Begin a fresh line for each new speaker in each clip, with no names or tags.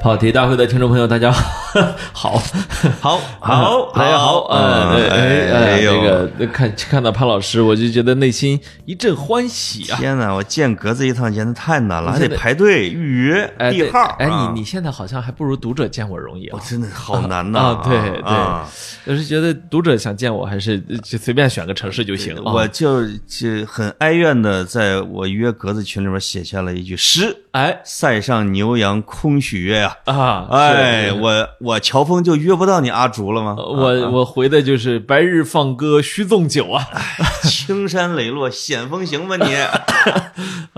跑题大会的听众朋友，大家好，好， 好，
好
啊 大家好，
嗯，
哎哎哎，
呦
这个看看到潘老师，我就觉得内心一阵欢喜啊。
天哪！我见格子一趟简直太难了，还
你现
得
在
排队预约
哎，
地
对
号。
哎，
啊
你你现在好像还不如读者见我容易啊
我。真的好难呐！
啊，对
啊
对，我是觉得读者想见我，还是就随便选个城市就行啊。
我就就很哀怨的，在我约格子群里面写下了一句诗：
哎
塞上牛羊空许约呀！
啊，是
哎，我啊我乔峰就约不到你阿竹了吗？
我我回的就是白日放歌须纵酒啊
青山磊落显风行吧 你？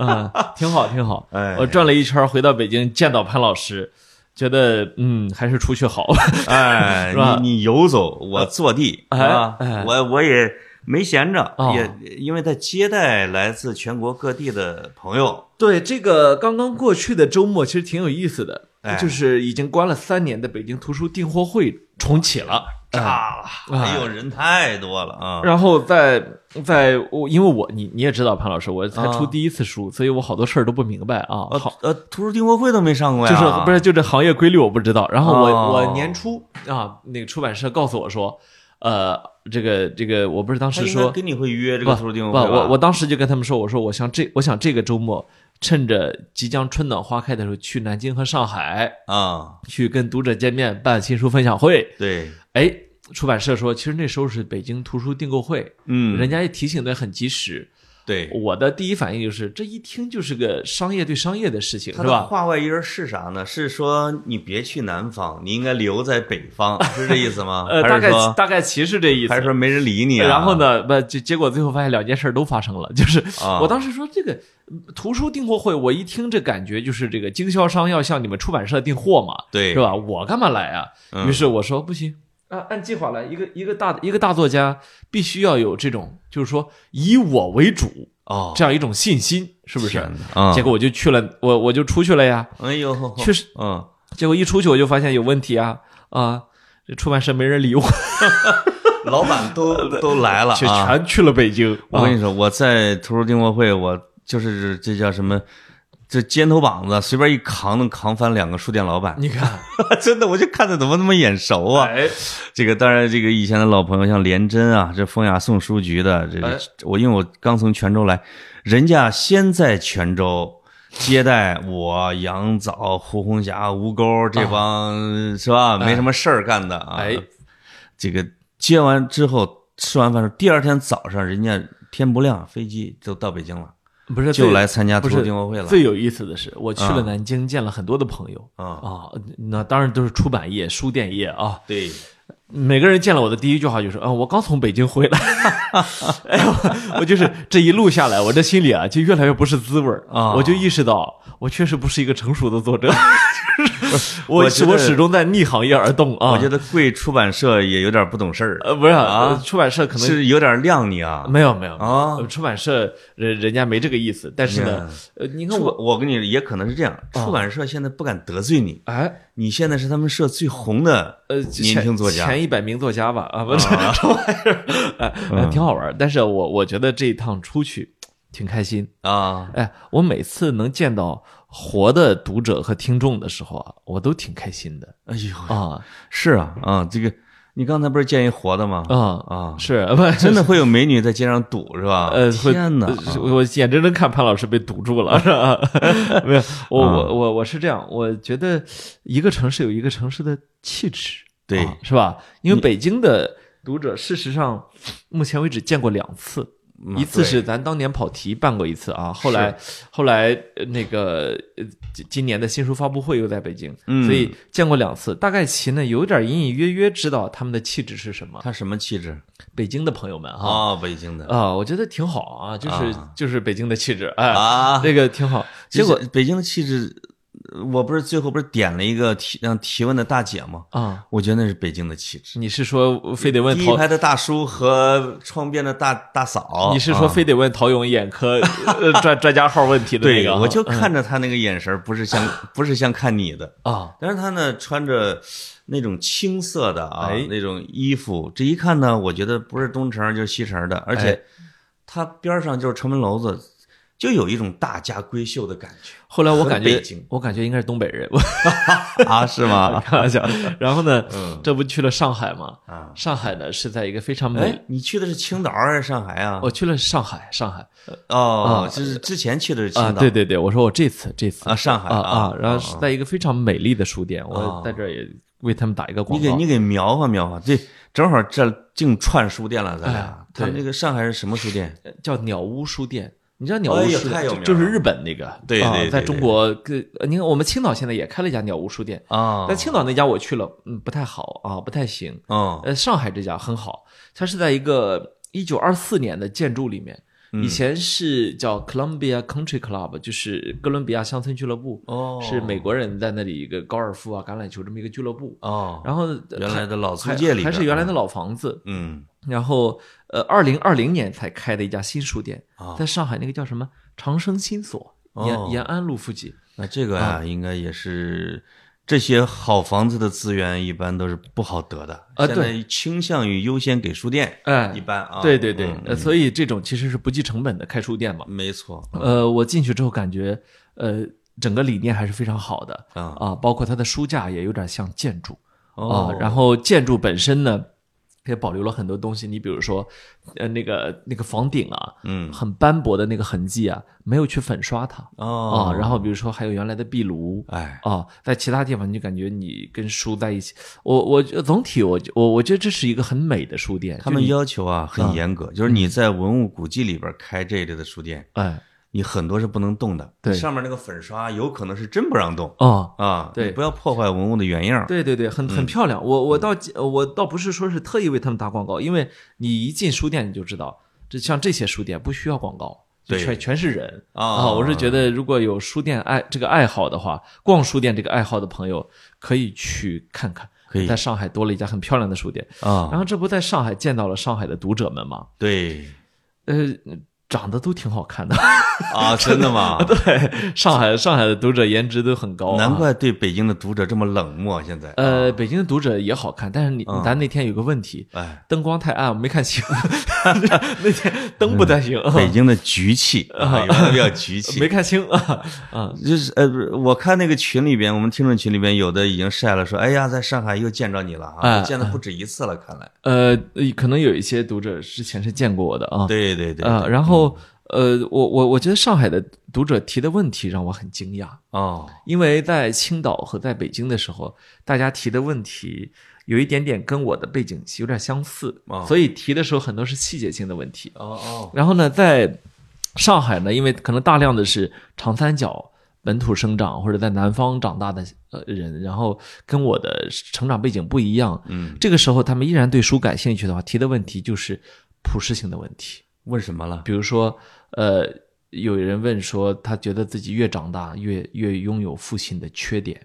啊，挺好挺 好。
哎
我转了一圈，回到北京见到潘老师，觉得嗯还是出去好。
哎，
是吧
你你游走，我坐地
哎
啊
哎，
我我也没闲着
哦，
也因为在接待来自全国各地的朋友。
对这个刚刚过去的周末，其实挺有意思的，
哎
就是已经关了三年的北京图书订货会重启了。
炸了！
哎
哎呦，人太多了啊！
然后在在我因为我你你也知道潘老师，我才
啊
出第一次书，所以我好多事儿都不明白啊。
呃
好，
呃，图书订货会都没上过
就
呀，
是不是就这行业规律我不知道。然后我、
哦
我年初啊，那个出版社告诉我说，呃，这个这个我不是当时
他应该
说
跟你会约这
不
个
不，
图书订货会吧
我我当时就跟他们说，我说我想这我想这个周末趁着即将春暖花开的时候去南京和上海。
啊，
去跟读者见面，办新书分享会。
对，
哎，出版社说，其实那时候是北京图书订购会，
嗯，
人家也提醒的很及时。
对，
我的第一反应就是，这一听就是个商业对商业的事情，
他
是
的
吧？
话外音儿是啥呢？是说你别去南方，你应该留在 北方，是这意思吗？
呃，大
还是
概
说
大概其是这意思
还。是说没人理你啊？
然后呢，不，结结果最后发现两件事儿都发生了，就是
啊
我当时说这个嗯图书订货会，我一听这感觉就是这个经销商要向你们出版社订货嘛，
对
是吧？我干嘛来啊？
嗯
于是我说不行，按按计划来，一个一个大一个大作家必须要有这种，就是说以我为主
哦，
这样一种信心，是不是
天？哪啊，
结果我就去了，我我就出去了呀，
哎呦，
确实，
嗯，
结果一出去我就发现有问题啊啊！这出版社没人理我，
老板都都来了
全
啊！
全去了北京。
我跟
啊
你说，我在图书订货会，我就是这叫什么？这肩头膀子随便一扛，能扛翻两个书店老板。
你看，
真的，我就看着怎么那么眼熟啊！
哎，
这个当然，这个以前的老朋友像连真啊，这风雅颂书局的，这
哎
个我因为我刚从泉州来，人家先在泉州接待我、杨枣、胡红霞、吴钩这帮、是吧？
啊哎
没什么事儿干的啊。
哎，
这个接完之后，吃完饭之后，第二天早上人家天不亮，飞机就到北京了，
不是
就
最
来参加
不
图
是
书订货会了。
最有意思的是，我去了
啊
南京，见了很多的朋友
啊，
啊，那当然都是出版业、书店业啊。
对，
每个人见了我的第一句话就是：“啊、我刚从北京回来。” 哎呦，我就是这一路下来，我这心里啊就越来越不是滋味儿
啊
我就意识到，我确实不是一个成熟的作者，
我
我
觉得
我始终在逆行业而动啊。
我觉得贵出版社也有点不懂事儿，
呃不是
啊
呃出版社可能
是有点晾你啊。
没有没有
啊
呃出版社人人家没这个意思，但是呢，呃，你看
出
我
版我跟你也可能是这样，
啊
出版社现在不敢得罪你，
哎
你现在是他们社最红的
呃
年轻作
前
家，
前一百名作家吧啊不是 什么玩意儿，哎
嗯
哎挺好玩儿。但是我我觉得这一趟出去挺开心。
啊，
哎，我每次能见到活的读者和听众的时候啊，我都挺开心的
哎呦，
啊
是啊啊，这个你刚才不是见一活的吗？
啊
啊，
是不是
真的会有美女在街上堵是吧？
呃，会
天哪，
呃
啊
我我眼睁睁看潘老师被堵住了，是吧？ 没有，我
啊
我我我是这样，我觉得一个城市有一个城市的气质，
对
啊是吧？因为北京的读者，事实上目前为止见过两次，
嗯
一次
对
是咱当年跑题办过一次啊，后来后来呃那个呃今今年的新书发布会又在北京，
嗯
所以见过两次。大概其呢有点隐隐约约知道他们的气质是什么。
她什么气质
北京的朋友们哈
啊？北京的
啊、我觉得挺好啊，就是、
啊
就是北京的气质，哎，
啊，
这个挺好。结果
就是北京的气质，呃我不是最后不是点了一个提让提问的大姐吗？
啊、
我觉得那是北京的气质。
你是说非得问
第一
陶？
排的大叔和窗边的大大嫂，
你是说
啊
非得问陶勇眼科、呃专专家号问题的那
对，
个啊？
我就看着他那个眼神儿，不是像不是像看你的，
啊，
但是他呢穿着那种青色的啊、
哎
那种衣服，这一看
哎
呢，我觉得不是东城儿就是西城儿的，而且他边儿上就是城门楼子，就有一种大家闺秀的感 觉
后来我感
很
觉
北京，
我感觉应该是东北人，
啊，是
我
吗？
开玩 笑。然后呢，
嗯
这不去了上海嘛？
啊，
上海呢是在一个非常美
哎，，你去的是青岛还是上海啊？
我去了上海，上海啊，
哦就是之前去的是青
啊，
岛，
对对对，我说我这次这次
啊，上海
啊啊，然后是
啊
在一个非常美丽的书店，
啊
我在这儿也为他们打一个
你
广
给
告
你。给描画描画，这正好这净串书店了，咱俩
哎。
他们
对
这个上海是什么书店？
叫鸟屋书店。你知道鸟
哎
屋
呀
书
太
店
有
就
名
就是
了
日本那个，
对
啊
对对
在
对
中
对
国，跟你看我们青岛现在也开了一家鸟屋书店，
啊，
但青岛那家我去了，嗯，不太好啊，不太行。
嗯
呃，上海这家很好，它是在一个一九二四年的建筑里面，
嗯
以前是叫 Columbia Country Club，就是哥伦比亚乡村俱乐部，
哦
呃是美国人在那里一个高尔夫啊、橄榄球这么一个俱乐部。
哦，
然后
原来的老租
还
界里
还是
边
原来啊的老房子，
嗯
然后呃，二零二零年才开的一家新书店，
啊，
在上海那个叫什么长生新所，延、
哦
延安路附近。
那这个啊，应该也是这些好房子的资源一般都是不好得的，
啊
现在倾向于优先给书店，
哎
一，般啊，
对对对、
嗯
呃，所以这种其实是不计成本的开书店嘛。
没错，
呃，我进去之后感觉，呃，整个理念还是非常好的
啊
啊，包括它的书架也有点像建筑啊
哦，，
然后建筑本身呢。也保留了很多东西，你比如说，呃，那个那个房顶啊，
嗯
很斑驳的那个痕迹啊，没有去粉刷它啊。
哦，
然后比如说还有原来的壁炉，
哎，
啊，在其他地方你就感觉你跟书在一起。我我觉得总体我我我觉得这是一个很美的书店。就
他们
你嗯
要求啊很严格，就是你在文物古迹里边开这一类的书店，
哎
你很多是不能动的，
对
上面那个粉刷有可能是真不让动
哦，
啊，
对
你不要破坏文物的原样，
对对对，很
嗯
很漂亮。我我倒我倒不是说是特意为他们打广告，因为你一进书店你就知道，这像这些书店不需要广告。就
对
全全是人
啊
我是觉得如果有书店爱这个爱好的话，逛书店这个爱好的朋友可以去看看。
可以
在上海多了一家很漂亮的书店，然
啊，
后这不在上海见到了上海的读者们吗？
对
呃，长得都挺好看的。
啊，真的吗？
呃对，上海上海的读者颜值都很高、啊，
难。怪对北京的读者这么冷漠，现在
呃，
啊
北京的读者也好看，但是你、
嗯
咱那天有个问题，
哎，
灯光太暗，我没看清。 那天灯不太行，
嗯北京的局气，啊，有的比较局 气
呃没。看清啊啊
就是呃，不是我看那个群里边，我们听众群里边有的已经晒了，说哎呀，在上海又见着你了啊，
哎
见了不止一次了，看来。
呃，可能有一些读者之前是见过我的啊，
对对嗯对，
啊，然后呃，我我我觉得上海的读者提的问题让我很惊讶，
哦，
因为在青岛和在北京的时候，大家提的问题有一点点跟我的背景有点相似，
哦
所以提的时候很多是细节性的问题。
哦哦，
然后呢，在上海呢，因为可能大量的是长三角本土生长或者在南方长大的呃人，然后跟我的成长背景不一样，
嗯，
这个时候他们依然对书感兴趣的话，提的问题就是普适性的问题，
问什么了？
比如说呃。有人问说，他觉得自己越长大越越拥有父亲的缺点，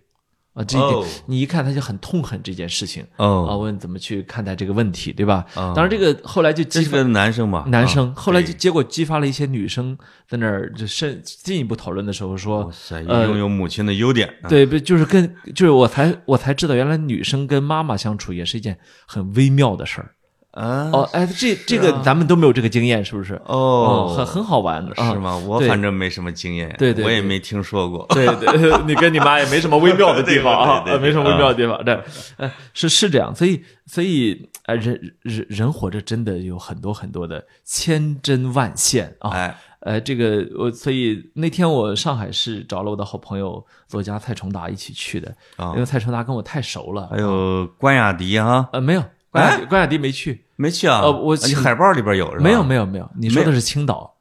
啊，这一点、
哦
你一看他就很痛恨这件事情啊，
哦，
问怎么去看待这个问题，对吧？
哦
当然，这个后来就激
这是
发
个男生嘛？
男生，
啊
后来就
对
结果激发了一些女生在那儿就深进一步讨论的时候
哇
说，
塞，拥有母亲的优点，哦啊
呃对，不就是跟就是我才我才知道，原来女生跟妈妈相处也是一件很微妙的事儿。
啊
哦，哎，这这个咱们都没有这个经验，是不是？
哦，
很很好玩的啊
是？吗？我
对
反正没什么经验，
对对
我也
对
没听说过。
对啊对， 你跟你妈也没什么微妙的地方啊，
对对对对嗯
呃没什么微妙的地方，对，呃，是是这样，所以所以，哎，人人人活着真的有很多很多的千针万线啊，
哎，
呃，这个我所以那天我上海是找了我的好朋友作家蔡崇达一起去的，
啊哎
因为蔡崇达跟我太熟了。
还有关雅迪啊，
呃，没有，关雅迪、关雅迪没去，
没去啊？
呃我
啊你海报里边有是吧？
没有没有没有，你说的是青 岛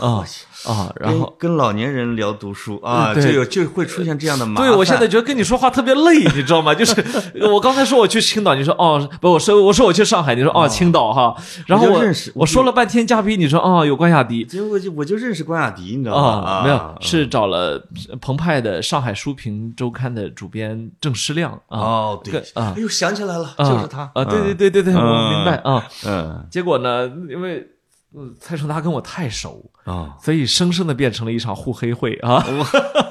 啊啊，
跟，
然后。
跟老年人聊读书啊，
嗯对
就有就会出现这样的麻烦。
对，我现在觉得跟你说话特别累，你知道吗？就是 我刚才说我去青岛，你说哦，不，我说我说我去上海，你说哦，青岛哈，然后
我就
我
认识
我说了半天嘉宾，你说哦，有关雅迪，
结果就我就认识关雅迪，你知道吗？
啊、
啊，
没有，是找了澎湃的《上海书评周刊》的主编郑世亮啊。
哦，对
跟，啊
哎呦，想起来了，
啊
就是他
啊！对对，对对对，
嗯
我明白啊。
嗯
结果呢，因为呃蔡成达跟我太熟，
啊，
所以生生的变成了一场互黑会啊。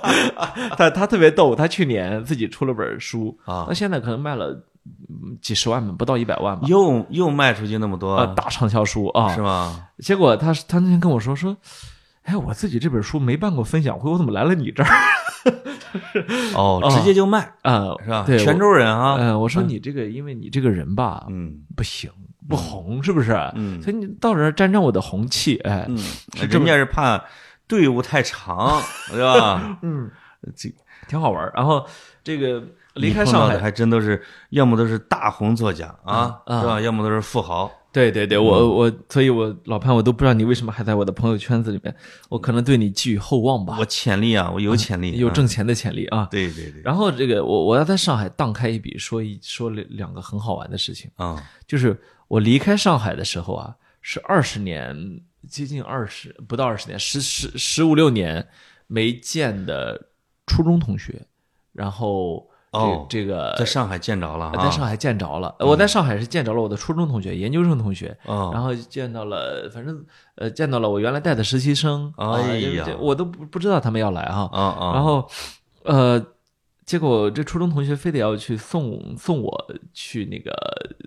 他他特别逗，他去年自己出了本书
啊
那现在可能卖了嗯几十万本，不到一百万吧。呃
又又卖出去那么多
啊，，大畅销书啊，
是吗？
结果他他那天跟我说说，哎，我自己这本书没办过分享会，我怎么来了你这儿？
哦
哦，
直接就卖
啊、
是吧？
对，
泉州人
我，
啊，
嗯、我说你这个，因为你这个人吧，
嗯
不行，不红，是不是？
嗯
所以你到这儿沾沾我的红气，哎，
嗯，
是这
人
么
家是怕队伍太长，对吧？
嗯，
这
挺好玩儿。然后这个离
你
开
碰
上
到
海
的，还真都是，要么都是大红作家啊，
嗯
是吧？要么都是富豪。
对对对，
嗯
我我，所以我老潘，我都不知道你为什么还在我的朋友圈子里面，我可能对你寄予厚望吧
我，潜力啊，我有潜力，
有
嗯
挣钱的潜力啊。
对对对，
然后这个我我要在上海荡开一笔，说一说两两个很好玩的事情，
啊，
就是我离开上海的时候啊，是二十年，接近二十不到二十年，十十十五六年没见的初中同学，然后这、
哦
这个
在上海见着了啊，嗯
在上海见着了，呃我在上海是见着了我的初中同学、研究生同学，
哦
然后见到了，反正呃见到了我原来带的实习生，啊
哎
就是
呀
这我都不不知道他们要来哈，
啊啊，
然后呃，结果这初中同学非得要去送送我去那个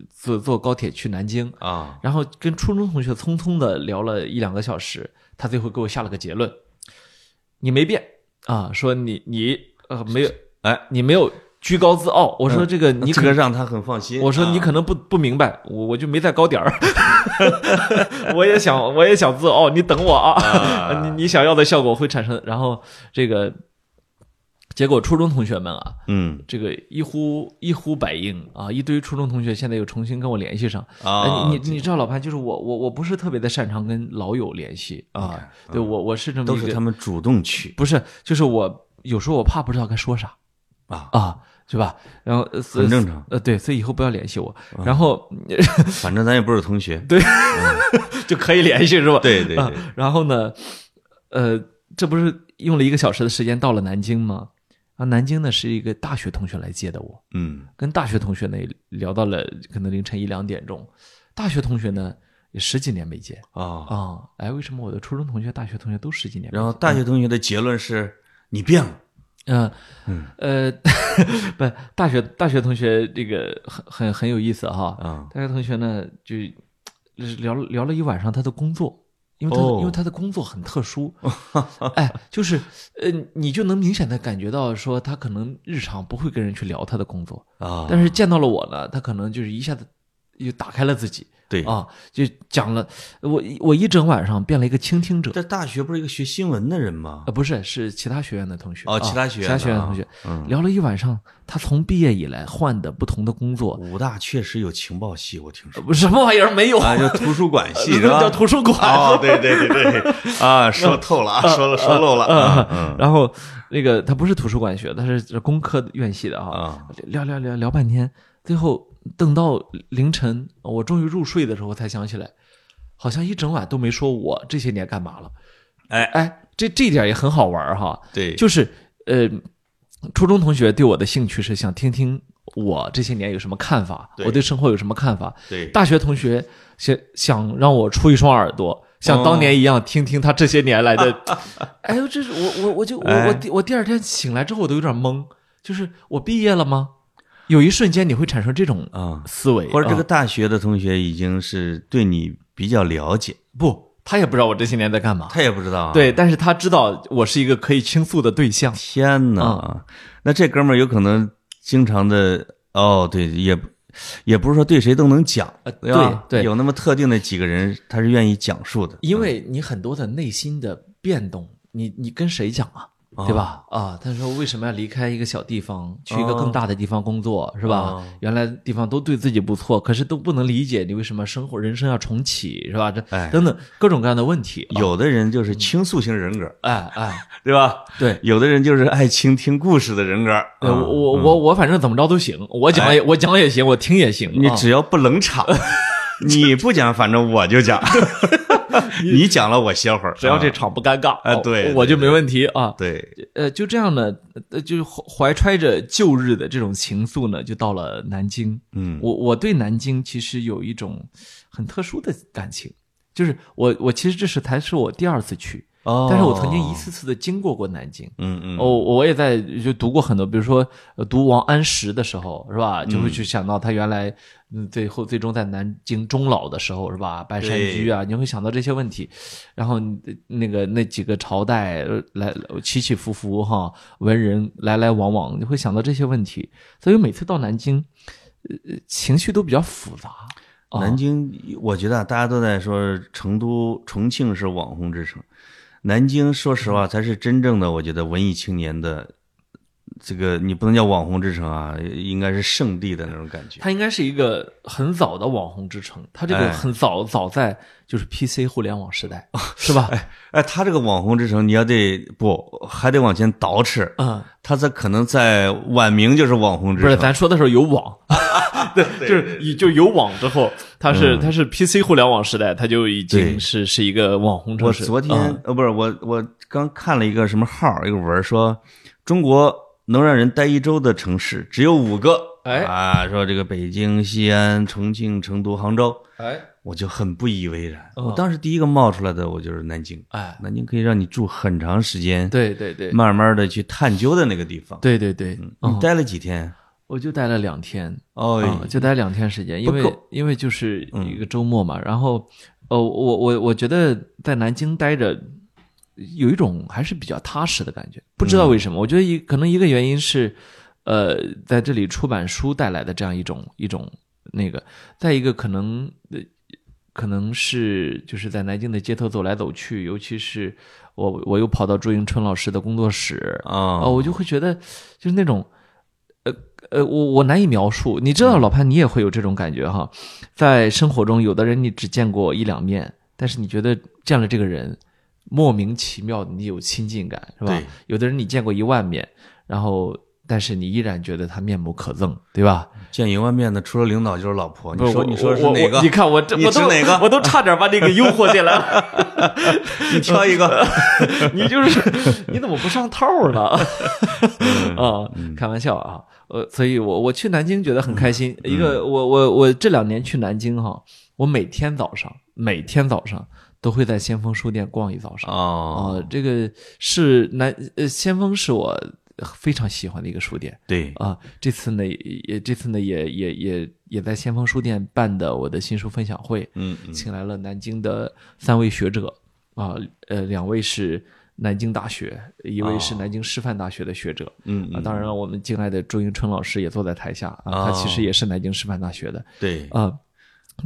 坐坐高铁去南京，
啊，
然后跟初中同学匆匆的聊了一两个小时，他最后给我下了个结论，你没变啊，说你你呃没有
哎，
你没有居高自傲，我说这个你
嗯这
可
个啊让他很放心。
我说你可能不不明白，我我就没在高点儿， 我也想我也想自傲，你等我啊，
啊
你你想要的效果会产生。然后这个结果，初中同学们啊，
嗯
这个一呼一呼百应啊，一堆初中同学现在又重新跟我联系上。哎，
啊，
你你你知道老潘，就是我我我不是特别的擅长跟老友联系
你
啊
看，
对我我是这么
都
一
是
个
他们主动去
不是，就是我有时候我怕不知道该说啥
啊，
啊，是吧？然后呃所以
很正常。啊
呃，对，所以以后不要联系我。然后
反正咱也不是同学。嗯
就可以联系是吧？
对对
啊
对，
然后呢，呃，这不是用了一个小时的时间到了南京吗？啊，南京呢是一个大学同学来接的我，
嗯
跟大学同学呢也聊到了可能凌晨一两点钟。大学同学呢也十几年没见
啊，
啊，哎，为什么我的初中同学、大学同学都十几年没见？
然后大学同学的结论是你变了。
嗯
嗯
呃， 不，大学大学同学这个很很很有意思哈。
啊
大学同学呢就呃聊了聊了一晚上他的工作，因为他的、
哦
因为他的工作很特殊， 哎，就是呃，你就能明显的感觉到说他可能日常不会跟人去聊他的工作，
啊，
但是见到了我呢，他可能就是一下子又打开了自己
对，
啊，就讲了我我一整晚上变了一个倾听者。
在大学不是一个学新闻的人吗
呃，？不是，是其他学院的同学
哦
啊
其他
其
学院
他
的
学院的
啊
同学，
嗯
聊了一晚上，他从毕业以来换的不同的工作，
武大确实有情报系，我听
呃
说
不是什么玩意儿没有，
啊，叫图书馆系是吧？
叫图书馆，
哦，对对对对，啊，说透了啊，说了说漏了 啊，嗯
然后那个他不是图书馆学，他是工科院系的哈，
啊
聊聊聊聊半天，最后等到凌晨，哦我终于入睡的时候才想起来，好像一整晚都没说我这些年干嘛了。
哎
哎，这这一点也很好玩儿哈，
对，
就是呃，初中同学对我的兴趣是想听听我这些年有什么看法，
对
我对生活有什么看法。
对，
大学同学想想让我出一双耳朵，像
哦
当年一样听听他这些年来的。 哎呦，这是我我我就我我
哎
第我第二天醒来之后我都有点懵，就是我毕业了吗？有一瞬间你会产生这种呃
啊，
思维，
或者这个
啊
大学的同学已经是对你比较了解，
不，他也不知道我这些年在干嘛。
他也不知道啊，
对，但是他知道我是一个可以倾诉的对象。
天哪，那这哥们儿有可能经常的哦，对，也也不是说对谁都能讲，呃对吧？
对对
有那么特定的几个人，他是愿意讲述的。
因为你很多的内心的变动，你你跟谁讲啊？
啊
对吧？啊，他说为什么要离开一个小地方，去一个更大的地方工作，是吧
啊？
原来地方都对自己不错，可是都不能理解你为什么生活人生要重启，是吧？这
哎
等等各种各样的问题。啊，
有的人就是倾诉型人格，
哎哎，
对吧？
对，
有的人就是爱倾听故事的人格。
对
啊
我我我我反正怎么着都行，我讲也我讲也行，我听也行。
哎你
啊
只要不 冷场，你不讲，反正我就讲。你讲了，我歇会儿。
只要这
啊
场不尴尬，
哎
哦
对
我就
对
没问题啊。
对，
呃，就这样呢，呃，就是怀怀揣着旧日的这种情愫呢，就到了南京。
嗯，
我我对南京其实有一种很特殊的感情，就是我我其实这是才是我第二次去，
哦，
但是我曾经一次次的经过过南京。
嗯嗯
哦，我也在就读过很多，比如说呃读王安石的时候，是吧？
嗯
就会去想到他原来嗯最后最终在南京终老的时候，是吧？拜山居啊，你会想到这些问题。然后呃那个那几个朝代呃来起起伏伏哈，文人来来往往，你会想到这些问题。所以每次到南京，呃，情绪都比较复杂。啊
南京，我觉得啊大家都在说成都、重庆是网红之城，南京说实话才是真正的，我觉得文艺青年的这个你不能叫网红之城啊，应该是圣地的那种感觉。
它应该是一个很早的网红之城，它这
哎
个很早、早在就是 PC 互联网时代， 是吧？
哎，他这个网红之城，你要得不还得往前倒饬，
嗯，
他这可能在晚明就是网红之
不是，
城，
咱说的时候有 网，对，就是以就有网之后，它是它是 PC 互联网时代，它就已
嗯对
经是是一个网红城
我
市。
昨天、
嗯
呃，不是我，我刚看了一个什么号儿一个文儿说，中国能让人待一周的城市只有五个，
哎
啊，说这个北京、西安、重庆、成都、杭州，
哎
我就很不以为然。
嗯
我当时第一个冒出来的我就是南京，
哎，
南京可以让你住很长时间，，
对对对
慢慢的去探究的那个地方。，
对嗯对对，
你待了几天？
我就待了两天，
哦，
啊，就待两天时间，因
不
为
够嗯
因为就是一个周末嘛。然后，呃，我我我觉得在南京待着有一种还是比较踏实的感觉，不知道
嗯
为什么。我觉得一可能一个原因是，呃，在这里出版书带来的这样一种一种那个，再一个可能呃。可能是就是在南京的街头走来走去，尤其是我我又跑到朱迎春老师的工作室，
啊，
哦，我就会觉得就是那种，呃呃，我我难以描述。你知道，
嗯
老潘，你也会有这种感觉哈。在生活中，有的人你只见过一两面，但是你觉得见了这个人，莫名其妙地你有亲近感，是吧
对？
有的人你见过一万面，然后但是你依然觉得他面目可憎，对吧？
见一万面的，除了领导就是老婆。
不
你
是
说
我
你说是
我
哪
我
个
你？看我这
你
我
指
都
哪个
我都差点把这个 诱惑进来了。
你 挑一个。
你就是 你怎么不上套呢？ 啊，开玩笑啊，呃，所以我我去南京觉得很开心。一个我我我这两年去南京哈，我每天早上每天早上都会在先锋书店逛一早上。
哦，
啊，这个是南呃先锋是我非常喜欢的一个书店。
对，
啊，这次呢也这次呢也也也也在先锋书店办的我的新书分享会，
嗯嗯
请来了南京的三位学者啊，呃，两位是南京大学，一位是南京师范大学的学者、
嗯
啊，
哦嗯，
当然了，我们敬爱的周迎春老师也坐在台下啊，他其实也是南京师范大学的
对。
啊，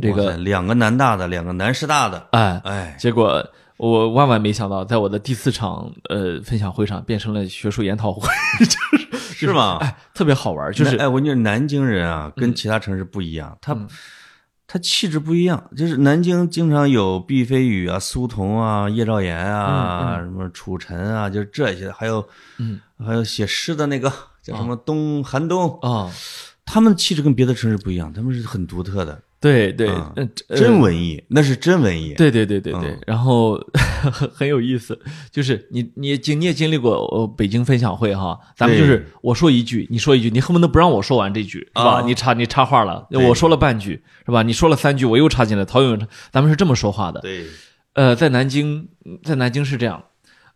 这
哇塞
个
两个南大的，两个南师大的，
哎，
哎，
结果我万万没想到，在我的第四场呃分享会上变成了学术研讨会，
是吗？
哎，特别好玩，就是嗯
南哎，我跟你说，南京人啊，跟其他城市不一样，他他气质不一样。就是南京经常有毕飞宇啊、苏童啊、叶兆言啊、什么楚尘啊，就是这些，还有
嗯哦
还有写诗的那个叫什么东寒冬，
啊。
他们气质跟别的城市不一样，他们是很独特的，
对对，
啊
嗯，呃
真文艺，那是真文艺。
对对对对对，
嗯
然后 很很有意思，就是你你也经你也经历过呃北京分享会哈，咱们就是我说一句，你说一句，你恨不得不让我说完这句是吧？
啊
你插你插话了，
对
我说了半句是吧？你说了三句，我又插进来，陶勇，咱们是这么说话的。
对，
呃，在南京，在南京是这样，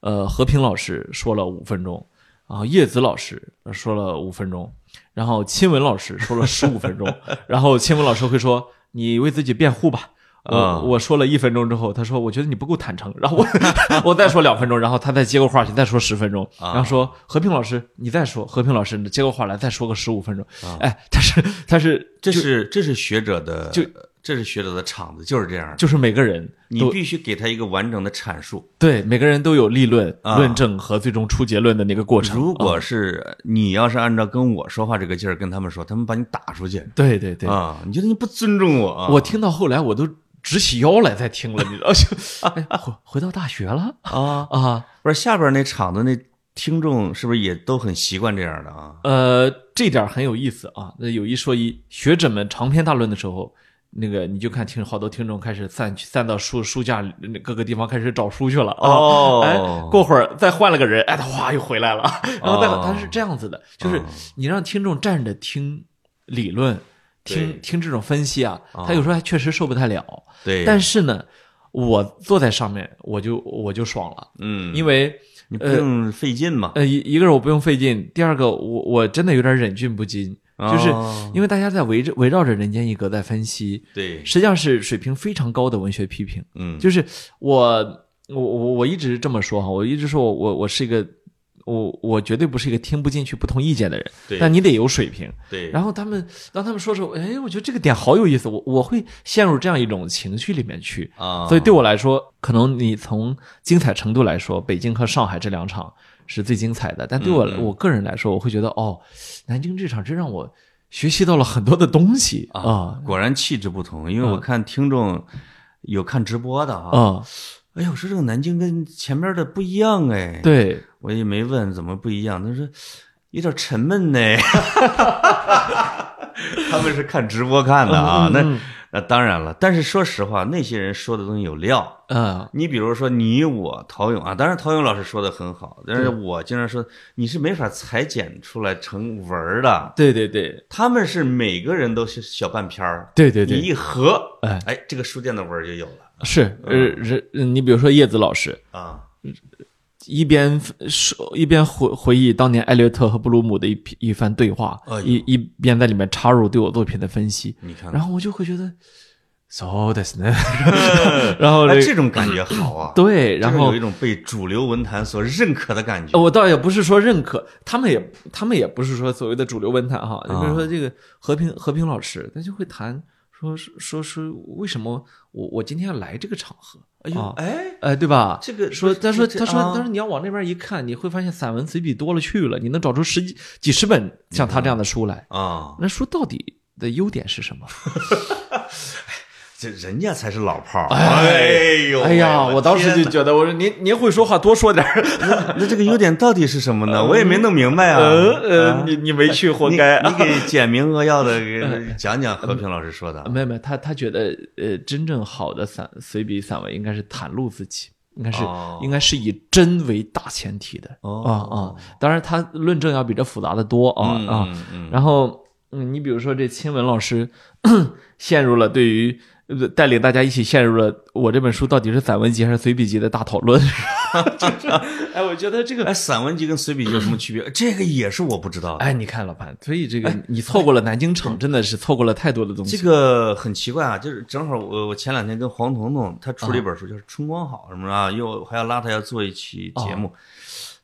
呃，和平老师说了五分钟，然后叶子老师说了五分钟，然后亲文老师说了十五分钟， 然后亲文老师会说：“你为自己辩护吧。”
啊
我我说了一分钟之后，他说：“我觉得你不够坦诚。”然后我 我再说两分钟，然后他再接过话去再说十分钟，
啊
然后说：“和平老师，你再说。”和平老师接过话来再说个十五分钟。
啊
哎，他是他是
这是这是学者的，
就
这是学者的场子，就是这样的。
就是每个人
你
都
必须给他一个完整的阐述。
对每个人都有立论、
啊
论证和最终出结论的那个过程。
如
啊
果是你要是按照跟我说话这个劲儿跟他们说，他们把你打出去
对对对，
啊！你觉得你不尊重我啊？
我听到后来我都直起腰来在听了，你知道？就 哎回回到大学了
啊，
啊？
不是下边那场子那听众是不是也都很习惯这样的啊？
呃，这点很有意思啊。那有一说一，学者们长篇大论的时候。那个你就看听好多听众开始散去散到书书架里各个地方开始找书去了啊
哦
哎，过会儿再换了个人，哎，他哗又回来了， 然后再
哦
他是这样子的，就是你让听众站着听理论，
对
听听这种分析啊，
哦
他有时候还确实受不太了，
对，
但
是
是呢，我坐在上面，我就我就爽了，
嗯，
因为
你不用费劲嘛，
呃，一一个是我不用费劲，第二个我我真的有点忍俊不禁，呃就是
哦
因为大家在围着围绕着人间一格在分析，
对，
实际上是水平非常高的文学批评。
嗯，
就是我我我我一直这么说哈，我一直说我我我是一个我我绝对不是一个听不进去不同意见的人，
对
但你得有水平。
对，
然
后
后他们当他们说的时候，哎，我觉得这个点好有意思，我我会陷入这样一种情绪里面去。
啊，
所以对我来说，可能你从精彩程度来说，北京和上海这两场是最精彩的。但对我、
嗯嗯
我个人来说，我会觉得哦，南京这场真让我学习到了很多的东西啊
啊，果然气质不同，因为我看听众有看直播的
啊、
啊，哎呦，说这个南京跟前面的不一样哎，，
对，
我也没问怎么不一样，他说有点沉闷 呢。他们是看直播看的啊，那那当然了。但是说实话，那些人说的东西有料。
嗯
你比如说你我陶勇啊，当然陶勇老师说的很好，但是我经常说你是没法裁剪出来成文儿的。
对对对
他们是每个人都是小半篇儿，
对对对
你，一合，
哎
哎，这个书店的文儿就有了
是呃
嗯
人，你比如说叶子老师。
啊。
一边说一边回回忆当年艾略特和布鲁姆的一批一番对话，
哎呦嗯
一一边在里面插入对我作品的分析，
你看，
然后我就会觉得，so 的 s 呢， 然后
哎，
这
这种感觉好啊。
对，然
这种
后
有一种被主流文坛所认可的感觉。
呃我倒也不是说认可，他们也他们也不是说所谓的主流文坛哈，
啊
你比如说这个和平和平老师，他就会谈说说说为什么我我今天要来这个场合，
哎呦
啊，
哎，
哎，对吧？
这个
说，他说，
这
他说，
啊
他说，你要往那边一看，你会发现散文随笔多了去了，你能找出十几几十本
嗯
像他这样的书来。
啊，
那书到底的优点是什么？
这人家才是老炮儿。呦
哎呀，
喂
我当时
天
就觉得，我说您您会说话，多说点儿。
哪那这个优点到底是什么呢？我也没弄明白啊。
呃
啊
呃，你你没去，活
呃你
该
你
啊！
给简明扼要的 讲讲和平老师说的
没有没有，他他觉得呃，真正好的散随笔散文应该是袒露自己，应该是
哦
应该是以真为大前提的啊啊
哦。
当然，他论证要比这复杂的多啊
嗯
啊。
嗯嗯
然后，嗯，你比如说这亲文老师 陷入了对于呃带领大家一起陷入了我这本书到底是散文集还是随笔集的大讨论。 就是哎，我觉得这个，
哎，散文集跟随笔有什么区别？这个也是我不知道的。
哎，你看老潘，所以这个你错过了南京场，真的是错过了太多的东
这
西。
个很奇怪啊，就是正好我我前两天跟黄彤彤，她出了一本书，叫《春光好》什么的啊，又还要拉她要做一期节目。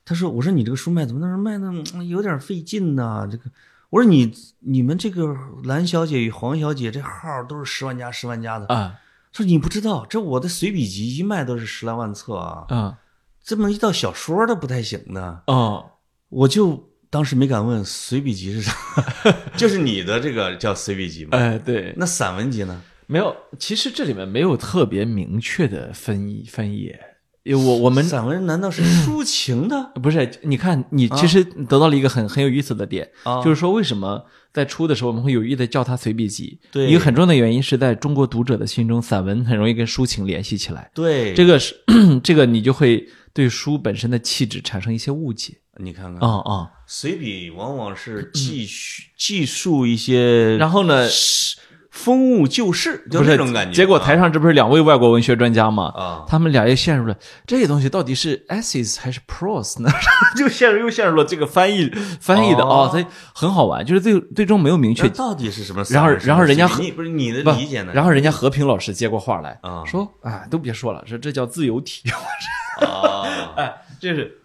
她说：“我说你这个书卖怎么那时候卖的嗯有点费劲呐、这个我说你你们这个蓝小姐与黄小姐这号都是十万加十万加的。
啊
说你不知道，这我的随笔集一卖都是十来万册啊，
啊
这么一到小说的不太行的。
哦
我就当时没敢问随笔集是啥， 就是你的这个叫随笔集嘛？
哎，对，
那散文集呢？
没有，其实这里面没有特别明确的分分野。因为我我们
散文难道是抒情的？
不是，你看，你其实得到了一个很很有意思的点，
啊
就是说为什么在出的时候我们会有意的叫它随笔集？
对
一个很重要的原因是在中国读者的心中，散文很容易跟抒情联系起来。
对，
这个是 这个，你就会对书本身的气质产生一些误解。
你看看，
啊啊、
随笔往往是记叙记述一些，
然后呢，
风物旧事，就
不是
这种感觉。
结果台上这不是两位外国文学专家吗？
啊，
他们俩又陷入了这个东西到底是 essays 还是 prose 呢？ 就陷入又陷入了这个翻译翻译的
哦
哦，所以很好玩，就是最最终没有明确
这到底是什么
然
散
后
文是什么随笔？
然后人家
你不是你的
不
理解呢？
然后人家和平老师接过话来
啊
说啊，都别说了，说这叫自由体。
啊，
哎， 这是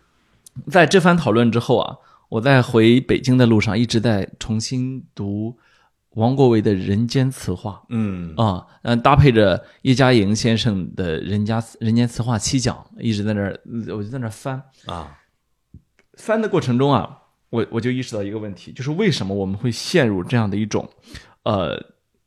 在这番讨论之后啊，我在回北京的路上一直在重新读王国维的《人间词话
嗯》
啊，嗯，搭配着叶嘉莹先生的《人家人间词话》七讲，一直在那儿，我就在那儿翻。
啊，
翻的过程中啊，我我就意识到一个问题，就是为什么我们会陷入这样的一种，呃，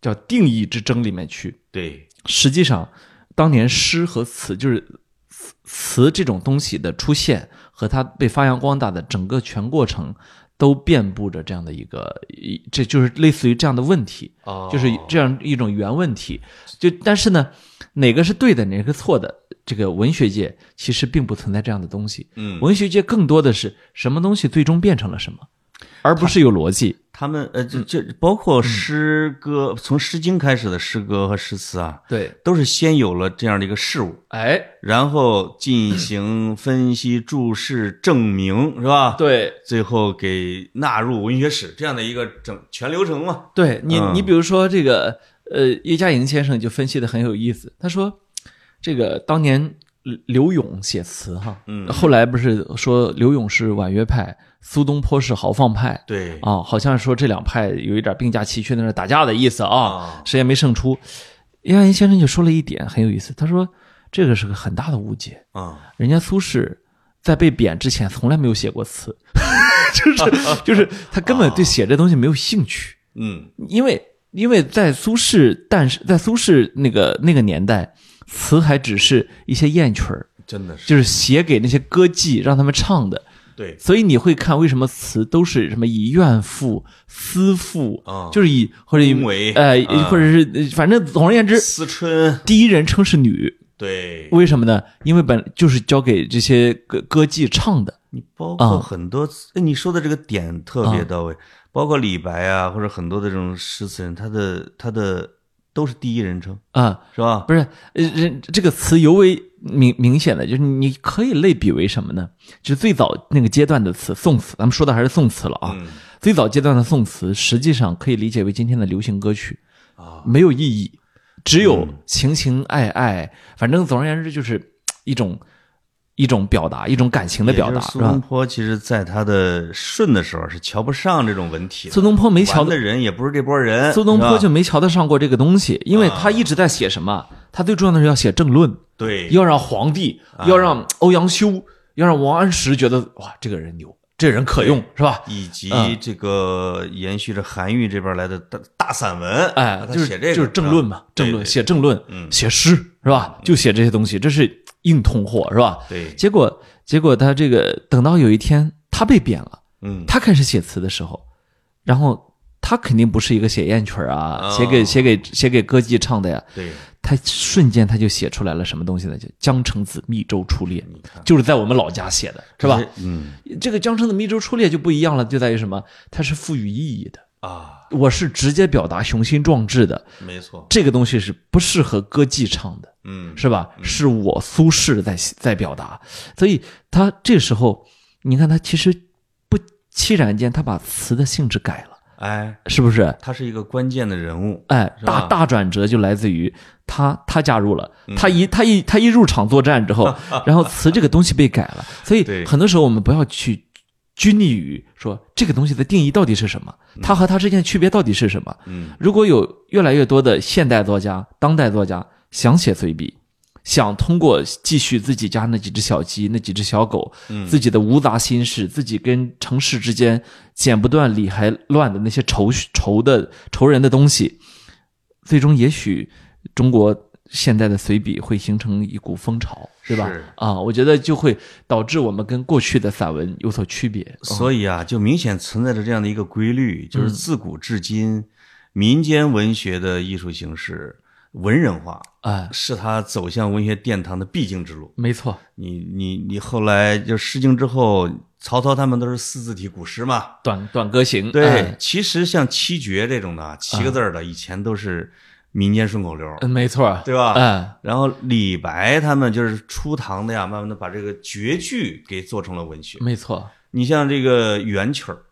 叫定义之争里面去？
对，
实际上，当年诗和词就是词词这种东西的出现和它被发扬光大的整个全过程，都遍布着这样的一个，一这就是类似于这样的问题，
哦
就是这样一种原问题。就但是呢，哪个是对的，哪个是错的？这个文学界其实并不存在这样的东西，
嗯，
文学界更多的是什么东西最终变成了什么？而不是有逻辑。
他们呃，这这包括诗歌，从《诗经》开始的诗歌和诗词啊，
对，
都是先有了这样的一个事物，
哎，
然后进行分析、注释、证明，是
嗯
吧？，
对，
最后给纳入文学史这样的一个整全流程嘛。
对你，
嗯
你比如说这个，呃，叶嘉莹先生就分析的很有意思。他说，这个当年刘永写词哈，
嗯
后来不是说刘永是婉约派，苏东坡是豪放派
对
啊、好像说这两派有一点并驾齐驱，那是打架的意思啊，
啊，
谁也没胜出。叶嘉莹先生就说了一点很有意思，他说这个是个很大的误解，
啊，
人家苏轼在被贬之前从来没有写过词， 就是就是他根本
啊
对写这东西没有兴趣。
嗯，
因为因为在苏轼诞生，在苏轼那个那个年代，词还只是一些艳曲儿，
真的是
就是写给那些歌妓让他们唱的。
对
所以你会看为什么词都是什么以怨妇、思妇，
啊
就是以或者以
恭维
呃，
啊
或者是呃反正总而言之，
思春，
第一人称是女，
对，
为什么呢？因为本就是交给这些歌歌妓唱的。
你包
啊
括很多词，哎你说的这个点特别到位，包括李白啊，或者很多的这种诗词人，他的他的都是第一人称，
啊，
是吧？
不是，呃人这个词尤为明明显的，就是你可以类比为什么呢？就是最早那个阶段的词，宋词，咱们说的还是宋词了啊。
嗯
最早阶段的宋词，实际上可以理解为今天的流行歌曲，
啊，嗯
没有意义，只有情情爱爱，反正总而言之就是嘖一种一种表达，一种感情的表达，
也就是是苏
吧
东？坡其实在他的舜的时候是瞧不上这种文体的，
苏东坡没瞧
玩
得
的人也不是这波人，
苏东坡
是
就
吧
没瞧得上过这个东西，因为他
啊
一直在写什么？他最重要的是要写政论。
对
要让皇帝，
哎
要让欧阳修，要让王安石觉得哇，这个人牛，这人可用，是吧？
以及
嗯
这个延续着韩愈这边来的大大散文，啊
哎，
他
就是
写这个嗯
就是政论嘛，
对
政论
对
写政论，
嗯
写诗是吧？就写这些东西，这是硬通货是吧？
对，
结果结果他这个等到有一天他被贬了，
嗯，
他开始写词的时候，然后他肯定不是一个写艳曲儿啊，
哦
写给写给写给歌妓唱的呀，
对，
他瞬间他就写出来了什么东西呢？就《江城子·密州出猎》，
你看
就是在我们老家写的，是吧？？
嗯
这个江城的《密州出猎》就不一样了，就在于什么？它是赋予意义的，
啊，
我是直接表达雄心壮志的。
没错，
这个东西是不适合歌妓唱的，
嗯，
是吧？是我苏轼在在表达，所以他这时候，你看他其实不期然间，他把词的性质改了，
哎，
是不是？
他是一个关键的人物，
哎，
是吧
大
嗯
大转折就来自于他，他加入了，他一他一他一入场作战之 后，然后词这个东西被改了，所以
对
很多时候我们不要去拘泥于说这个东西的定义到底是什么，它和它之间的区别到底是什么。
嗯，
如果有越来越多的现代作家、当代作家想写随笔，想通过继续自己家那几只小鸡、那几只小狗，
嗯
自己的无杂心事，自己跟城市之间剪不断理还乱的那些仇仇的仇人的东西，最终也许中国现代的随笔会形成一股风潮，对吧
是？
啊，我觉得就会导致我们跟过去的散文有所区别。
所以啊，就明显存在着这样的一个规律，就是
嗯
自古至今，民间文学的艺术形式文人化，
哎，
是它走向文学殿堂的必经之路。
没错，
你你你后来就《诗经》之后，曹操他们都是四字体古诗嘛。
短短歌行，
对
哎，
其实像七绝这种的啊七个字儿的，以前都是民间顺口溜儿，
嗯，没错，
对吧？
哎。
然后李白他们就是初唐的呀，慢慢的把这个绝句给做成了文学。
没错，
你像这个元曲儿，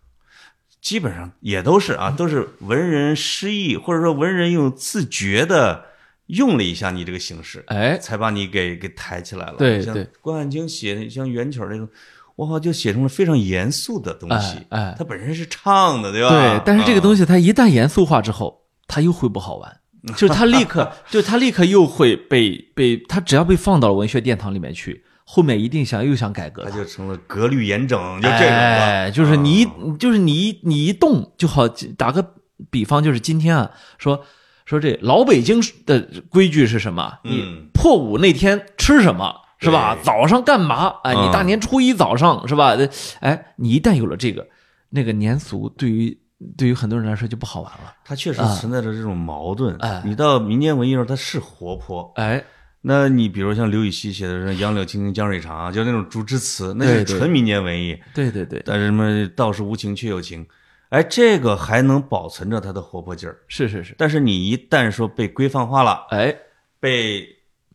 基本上也都是啊，都是文人诗意，或者说文人用自觉的用了一下你这个形式，
哎，
才把你给给抬起来了。
对
像
对
关汉卿写的像元曲儿那种，我靠，就写成了非常严肃的东西。
哎哎
它本身是嗯唱的，对吧？
对，但是这个东
西，
西它一旦严肃化之后，它又会不好 玩，就是它立刻，就是它立刻又会被被它只要被放到了文学殿堂里面去，后面一定想又想改革
它
它。
啊就成了格律严整，就这种了。
哎，就是你一
啊，
就是你一，你一动就好。打个比方，就是今天啊，说说这老北京的规矩是什么？你
嗯
破五那天吃什么？是吧？
对
早上干嘛？哎，你
嗯
大年初一早上是吧？哎，你一旦有了这个那个年俗，对于对于很多人来说就不好玩了。
它确实
啊
存在着这种矛盾。
哎
你到民间文艺的时候，它是活泼，
哎，
那你比如像刘禹锡写的什么“杨柳青青江水长”，就那种竹枝词，那是
对对
纯民间文艺。
对对对，
但是什么“道是无情却有情”，哎，这个还能保存着它的活泼劲儿。
是是是，
但是你一旦说被规范化了，
哎，
被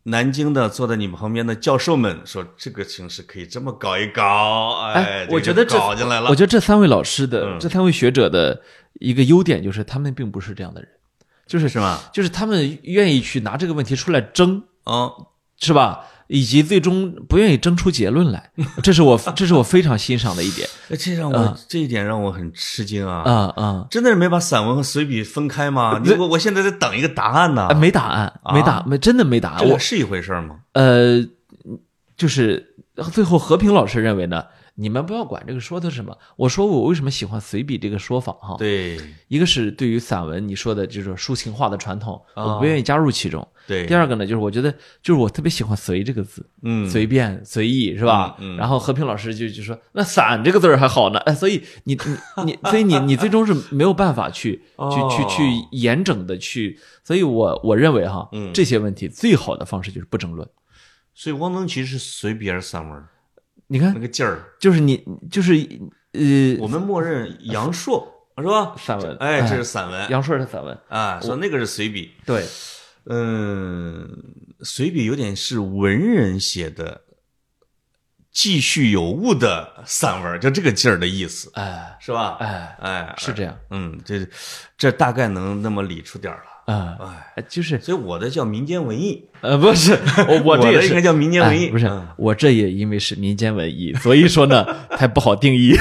南京的坐在你旁边的教授们说这个形式可以这么搞一搞，
哎
这
我
个
觉
就
得这
搞进来了
我。觉得这三位老师的、
嗯
这三位学者的一个优点就是他们并不是这样的人，就是
是吗？
就是他们愿意去拿这个问题出来争，
嗯，
是吧？以及最终不愿意争出结论 来，这是我这是我非常欣赏的一点
哎这让我、
嗯
这一点让我很吃惊啊！
啊啊！
真的是没把散文和随笔分开吗？你
呃这
我我现在在等一个答案呢、
啊，没答案，没答，没真的没答案。
这
我
个是一回事儿吗？
呃，就是最后和平老师认为呢，你们不要管这个说的是什么。我说我为什么喜欢随笔这个说法哈？
对
一个是对于散文你说的这种抒情化的传统，
啊
我不愿意加入其中。
对，
第二个呢，就是我觉得就是我特别喜欢“随”这个字，
嗯，
随便随意是吧？
嗯嗯
然后和平老师就就说那“散”这个字儿还好呢，哎，所以你你你，所以你你最终是没有办法去、
哦
去去去严整的去，所以我我认为哈，
嗯
这些问题最好的方式就是不争论。
所以汪曾祺是随笔还是散文儿？
呃你看
那，个劲儿，
就是你就是呃，
我们默认杨朔是吧？
散文哎
哎，这是散文
杨朔的散文，
啊，说那个是随笔。
对，
嗯，随笔有点是文人写的，继续有物的散文，就这个劲儿的意思，
哎
是吧？
哎，
哎，
是这样
嗯，这这大概能那么理出点儿了。
啊、
哎，
就是
所以我的叫民间文艺，
呃，不是，我我这
的
也
应
是
该叫民间文艺，
哎不是
嗯，
我这也因为是民间文艺，所以 说呢，还不好定义。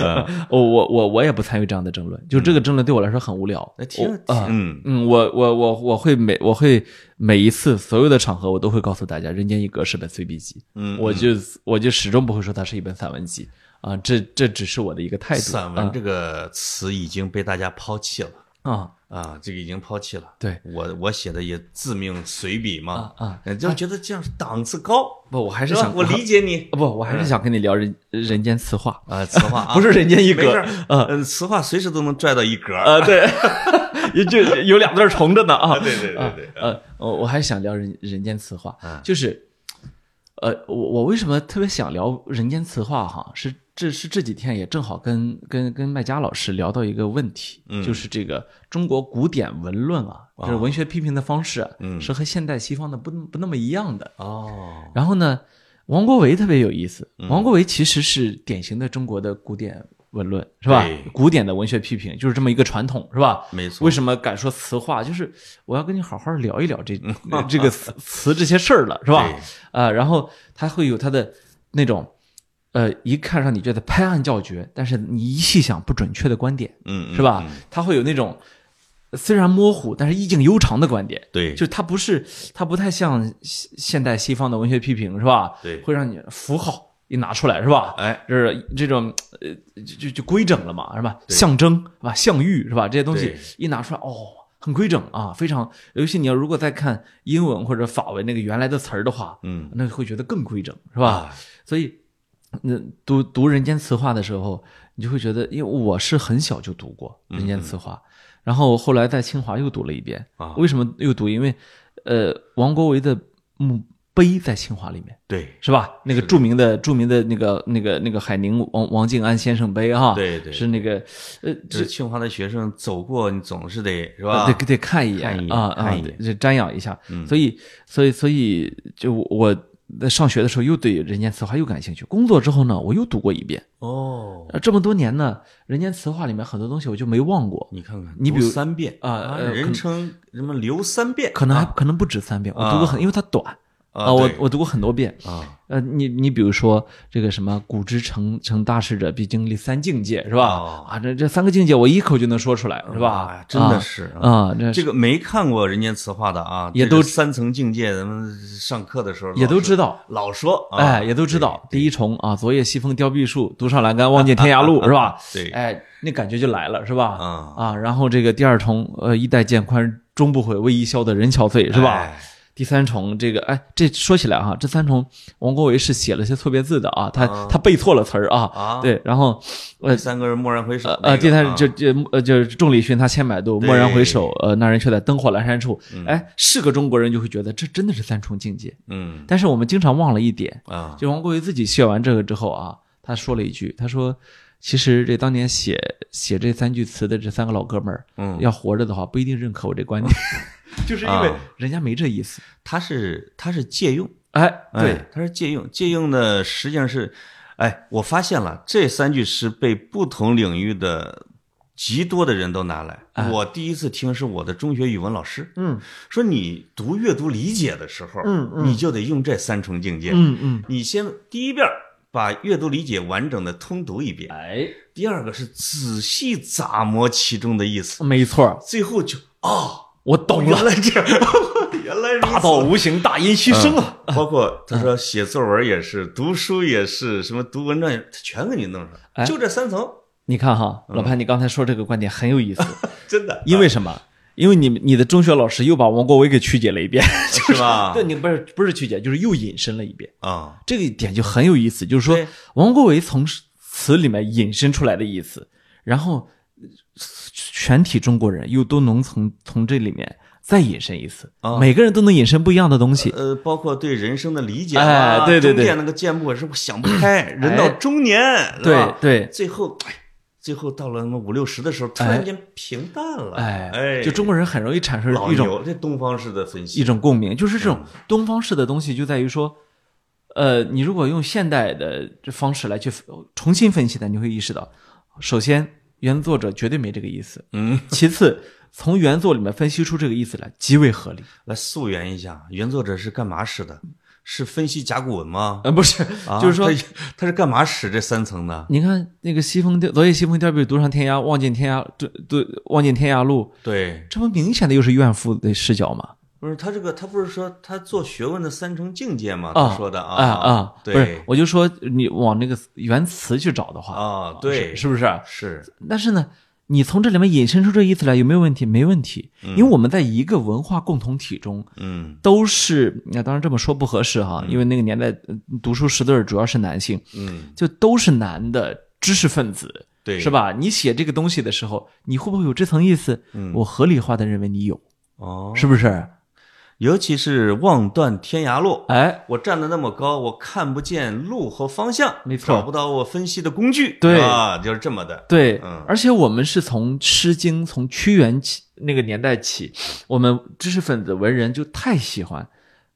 呃我我我我也不参与这样的争论，就这个争论对我来说很无聊。
嗯那听
我啊
嗯，
嗯，我我我我会每我会每一次所有的场合，我都会告诉大家，《人间一格》是本随笔集。
嗯
我就我就始终不会说它是一本散文集啊，这这只是我的一个态度。
散文这个词已经被大家抛弃了。
啊，
啊，这个已经抛弃了。
对
我我写的也自命随笔嘛，
啊啊
嗯，就觉得这样档次高，
不，我还
还
是想
我理解你
不，我还是想跟你聊人人间词话，
啊，词话 啊，
不是人间一格
没事儿
啊
嗯，词话随时都能拽到一格儿。
呃，对， 也就有两个字儿重着呢啊。
对对对对，
呃，我我还想聊人人间词话
嗯，
就是，呃，我我为什么特别想聊人间词话哈？是这是这几天也正好跟跟跟麦佳老师聊到一个问题，
嗯哦
就是这个中国古典文论啊，就是文学批评的方式啊，
嗯
是和现代西方的不不那么一样的。
哦，
然后呢，王国维特别有意思。
嗯
王国维其实是典型的中国的古典文论，是吧
对？
古典的文学批评就是这么一个传统，是吧？
没错
为什么敢说词话？就是我要跟你好好聊一聊这这个词词这些事儿了，是吧
嗯对？
啊、然后他会有他的那种，呃，一看让你觉得拍案叫绝，但是你一细想不准确的观点，
嗯，嗯
是吧？？他会有那种虽然模糊，但是意境悠长的观点。
对，
就它不是，它不太像现现代西方的文学批评是吧？
对
会让你符号一拿出来是吧？
哎，
就是这种呃，就就就规整了嘛，是吧？
对
象征是吧？象喻是吧？这些东西
对
一拿出来，哦，很规整啊，非常。尤其你要如果再看英文或者法文那个原来的词儿的话，
嗯，
那会觉得更规整是
啊
吧？所以，那读读人间词话的时候，你就会觉得，因为我是很小就读过人
嗯
间词话，然后后来在清华又读了一遍。
啊
为什么又读？因为，呃，王国维的墓碑在清华里面，
对，
是吧？那个著名的著名的那个那个那个海宁王王静安先生碑哈，
对对
啊是那个，呃，
就
这
是清华的学生走过，你总是得是
啊
吧
得？得看一
看一
眼
眼
啊啊
看一，眼嗯
得瞻仰一下。所以，所以，所以，就我在上学的时候又对人间词话又感兴趣，工作之后呢，我又读过一遍。
哦，
呃，这么多年呢，人间词话里面很多东西我就没忘过，
你看看，
你比
读
如
三遍
啊呃可
人
能
称什么刘三遍，
可能还可能不止三遍，我读过很，因为它短
啊，
我
对
我读过很多遍。
啊，
呃，你你比如说这个什么“古之成成大事者，必经历三境界”是吧？
哦
啊，这这三个境界我一口就能说出来，是吧
哇？真的是啊
啊，啊这
这个没看过人间词话的啊，
也
这
都
个三层境界，咱们上课的时候
也都知
道，
道。
老说，啊
哎，也都知道第一重啊，昨夜西风凋碧树，独上栏杆，望见天涯 路，是吧？
对
哎，那感觉就来了，是吧？
啊
啊，然后这个第二重，呃，衣带渐宽终不悔，为伊消得人憔悴，是吧？
哎
第三重这个，哎，这说起来哈，这三重王国维是写了些错别字的啊，他、
啊
他背错了词儿啊，
啊，，
对，然后呃
第三个人蓦然回首
呃，
那
呃，
个
第三
啊
就就呃就是众里寻他千百度，
对
蓦然回首，呃，那人却在灯火阑珊处
嗯。
哎，是个中国人就会觉得这真的是三重境界，
嗯
但是我们经常忘了一点，
啊，
就王国维自己写完这个之后啊，他说了一句，他说，其实这当年写写这三句词的这三个老哥们儿，
嗯，
要活着的话不一定认可我这观 点，就是因为
啊
人家没这意思。
他是他是借用，
哎，
哎
对，，
他是借用，借用的实际上是，哎，我发现了这三句诗被不同领域的极多的人都拿来。
哎
我第一次听是我的中学语文老师
嗯
说，你读阅读理解的时候，
嗯嗯
你就得用这三重境界。
嗯嗯，
你先第一遍儿把阅读理解完整的通读一遍，
哎，
第二个是仔细咂摸其中的意思，
没错儿，
最后就哦，
我懂了
原，来这样，原来如
大
此。
道无形，大音希声啊。
包括他说写作文也是，读书也是，什么读文章也，他全给你弄上
哎
来，就这三层，
你看哈，
嗯
老潘，你刚才说这个观点很有 意思，
真的，
因为什么？因为你你的中学老师又把王国维给曲解了一遍，
啊是 吧
对，？你不是不是曲解，就是又引申了一遍。
啊，
这个一点就很有意思，就是说
对
王国维从词里面引申出来的意思，然后呃全体中国人又都能从从这里面再引申一次，
啊
每个人都能引申不一样的东西。
呃，包括对人生的理解
哎
啊
对对对
中间那个见不我是想不开，人到中年，呃是
对
吧，
对，
最后，哎最后到了那么五六十的时候，突然间平淡了，
哎
哎，
就中国人很容易产生
老
一种
牛这东方式的分析，
一种共鸣，就是这种
嗯
东方式的东西，就在于说，呃，你如果用现代的这方式来去重新分析它，你会意识到，首先原作者绝对没这个意思，
嗯，
其次从原作里面分析出这个意思来极为合理，
来溯源一下，原作者是干嘛使的？是分析甲骨文吗？
呃，不是，
啊
就是说，
他他是干嘛使这三层的？
你看那个西风凋，昨夜西风凋碧，独上天涯，望尽天涯，对对，望尽天涯路，
对，
这不明显的又是怨妇的视角吗？
不是他这个，他不是说他做学问的三重境界吗？
啊
他说的啊
啊啊，不是
对，
我就说你往那个原词去找的话，
啊，对，
是是不是？
是，
但是呢，你从这里面引申出这意思来，有没有问题？没问题，因为我们在一个文化共同体中，
嗯
都是那当然这么说不合适哈，因为那个年代呃读书识字儿主要是男性，
嗯，
就都是男的知识分子，
对，
是？吧？你写这个东西的时候，你会不会有这层意思？
嗯
我合理化的认为你有，
哦，
是不是？
尤其是望断天涯路，
哎，
我站得那么高，我看不见路和方向，
没错
找不到我分析的工具，
对
啊，就是这么的，
对，
嗯
而且我们是从《诗经》从屈原起那个年代起，我们知识分子文人就太喜欢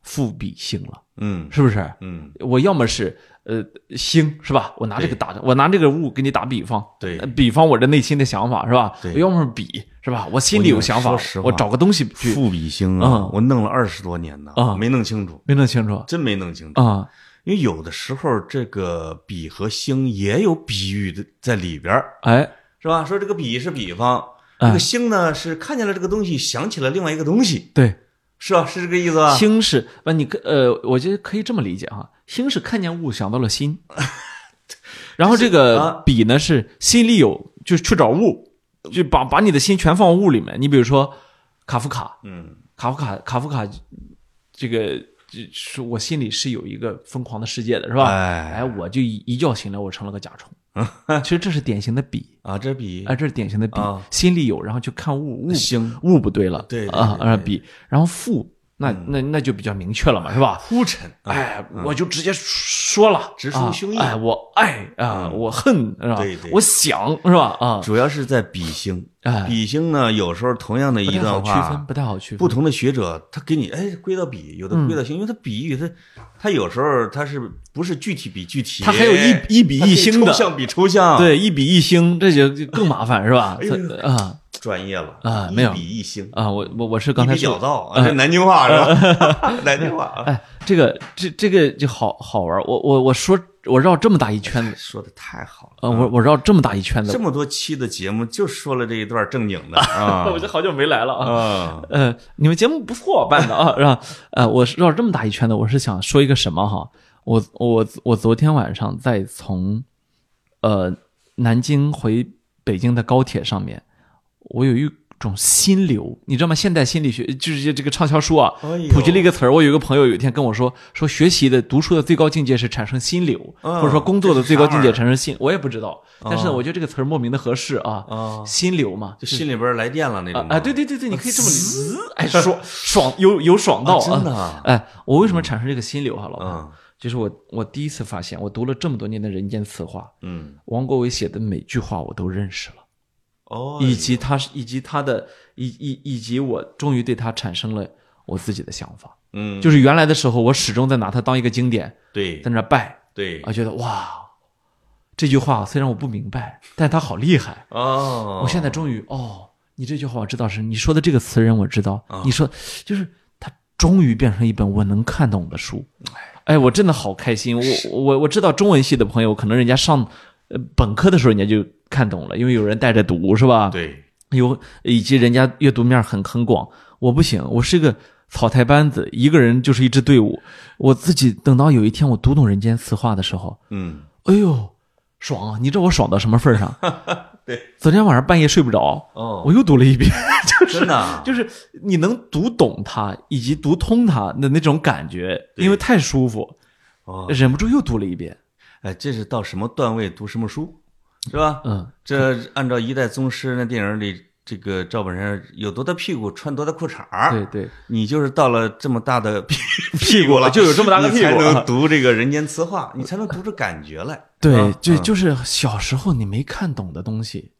赋比兴了，
嗯
是不是？
嗯，
我要么是呃兴是吧？我拿这个
对
打，我拿这个物给你打比方，
对
呃比方我这内心的想法是吧？
对
我要么是比是吧？我心里有想法
我跟你说实，话
我找个东西去
赋比兴
啊
我弄了二十多年呢
啊
没弄清楚，
没弄清楚啊、
真没弄清楚，因为有的时候这个比和兴也有比喻的在里边儿。
哎，
是吧？说这个比是比方，
嗯
这个兴呢是看见了这个东西，想起了另外一个东西，
对，
是吧？是这个意思吧？
兴是不你可呃，我觉得可以这么理解哈，兴是看见物想到了 心，然后这个
啊
比呢是心里有，就是去找物，就把把你的心全放物里面。你比如说卡夫卡，
嗯
卡夫卡，卡夫卡，这个就是我心里是有一个疯狂的世界的，是吧？
哎嗯
哎，我就一一觉醒来，我成了个甲虫。 其实这是典型的比，
啊，这比
哎，这是典型的比
啊，
心里有，然后去看物，物
兴
物不对了，
对对
啊，
对
啊比，然后负，那那那就比较明确了嘛，是吧？
铺陈啊，
哎，我就直接说了，
直抒
啊
胸臆嗯
哎，我爱啊，我恨是吧
对？对
我想是吧？啊，
主要是在比兴
哎。
比兴呢，有时候同样的
不
一
太好
段
区分，
话，
不太好区分。
不同的学者他给你哎归到比，有的归到
嗯
兴，因为他比喻他他有时候他是不是具体比具体，哎
他还有一一比一兴的
他可以抽象比抽象，，
对，一比一星，这就就更麻烦是吧？
啊 哎呦
这啊
专业了
啊没有
一比一兴，
啊，我我我是
一
刚才
比
说
较，道啊，这南京话是吧？ 南京话啊，
哎，这个这这个就好好玩儿。我我我说我绕这么大一圈子，
说的太好了。
呃，我我绕这么大一圈
这
子，
么多期的节目就说了这一段正经 的啊
我就好久没来了啊。
啊，
呃，你们节目不错办的啊，是吧？呃，我是绕这么大一圈子，我是想说一个什么哈？我我我昨天晚上在从呃南京回北京的高铁上面，我有一种心流，你知道吗？现代心理学就是这个畅销书啊，
哎呦
普及了一个词儿。我有一个朋友有一天跟我说，说学习的、读书的最高境界是产生心流，
嗯
或者说工作的最高境界
这是啥
产生心，我也不知道。但是呢，
哦
我觉得这个词儿莫名的合适啊，
啊，
心流嘛，
就心里边来电了那种
啊
吗
啊，对对对对，你可以这么理， 哎，爽爽有有爽到
啊真的
啊！
啊
哎，我为什么产生这个心流啊，老婆？
啊，
就是我我第一次发现，我读了这么多年的人间词话，
嗯，
王国维写的每句话我都认识了。
哦，
以及他是以及他的以以以及我终于对他产生了我自己的想法，
嗯，
就是原来的时候，我始终在拿它当一个经典
对
在那拜，
对
啊，觉得哇，这句话虽然我不明白，但他好厉害。
哦，
我现在终于哦，你这句话我知道是你说的这个词人我知道，
哦
你说就是他终于变成一本我能看懂的书，哎，我真的好开心。我我我知道中文系的朋友，可能人家上呃本科的时候人家就看懂了，因为有人带着读是吧？
对
有以及人家阅读面很很广，我不行，我是一个草台班子，一个人就是一支队伍。我自己等到有一天我读懂人间词话的时候，
嗯
哎呦，爽啊！你知道我爽到什么份儿上？
对，
昨天晚上半夜睡不着，
哦，
我又读了 一遍，就是
真的啊
就是你能读懂它以及读通它的那种感觉，
对
因为太舒服，
哦，
忍不住又读了一遍。
哎，这是到什么段位读什么书，是吧？
嗯，
这按照一代宗师那电影里，这个赵本山有多大屁股穿多大裤衩儿，
对对，
你就是到了这么大的啊 屁
屁股了就有这么大个屁股
你才
啊
能读这个人间词话，你才能读出感觉来。
对
啊，
就
嗯
就是小时候你没看懂的东西，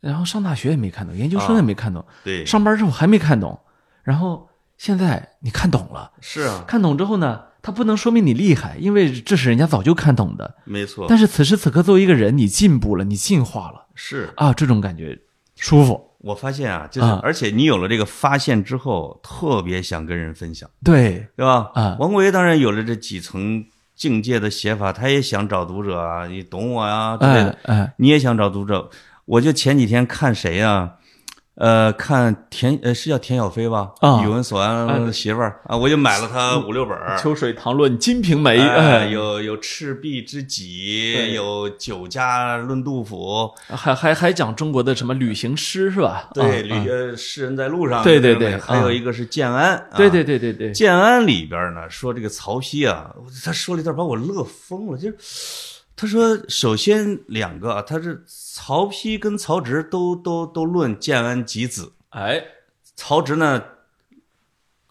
然后上大学也没看懂，研究生
啊
也没看懂，
对，
上班之后还没看懂，然后现在你看懂了，
是啊，
看懂之后呢，它不能说明你厉害，因为这是人家早就看懂的。
没错，
但是此时此刻，作为一个人，你进步了，你进化了
是
啊，这种感觉舒服。
我发现啊，就是
啊
而且你有了这个发现之后，特别想跟人分享，
对，
对吧？
啊
王国维当然有了这几层境界的写法，他也想找读者啊，你懂我呀之类的
哎。哎，
你也想找读者。我就前几天看谁啊？呃，看田呃是叫田小飞吧？
啊
语文所安媳妇儿啊，我就买了他五六本儿。
秋水堂论《金瓶梅》
哎，
哎，
有有赤壁之
对啊
己，有酒家论杜甫，
还还还讲中国的什么旅行诗是吧？
对，
啊
旅呃诗人在路上，
对对对
还有
啊
一个是建安，啊
啊对对对对对，
建安里边呢，说这个曹丕啊，他说了一段把我乐疯了，就是他说，首先两个啊，他是曹丕跟曹植都都都论建安几子，
哎，
曹植呢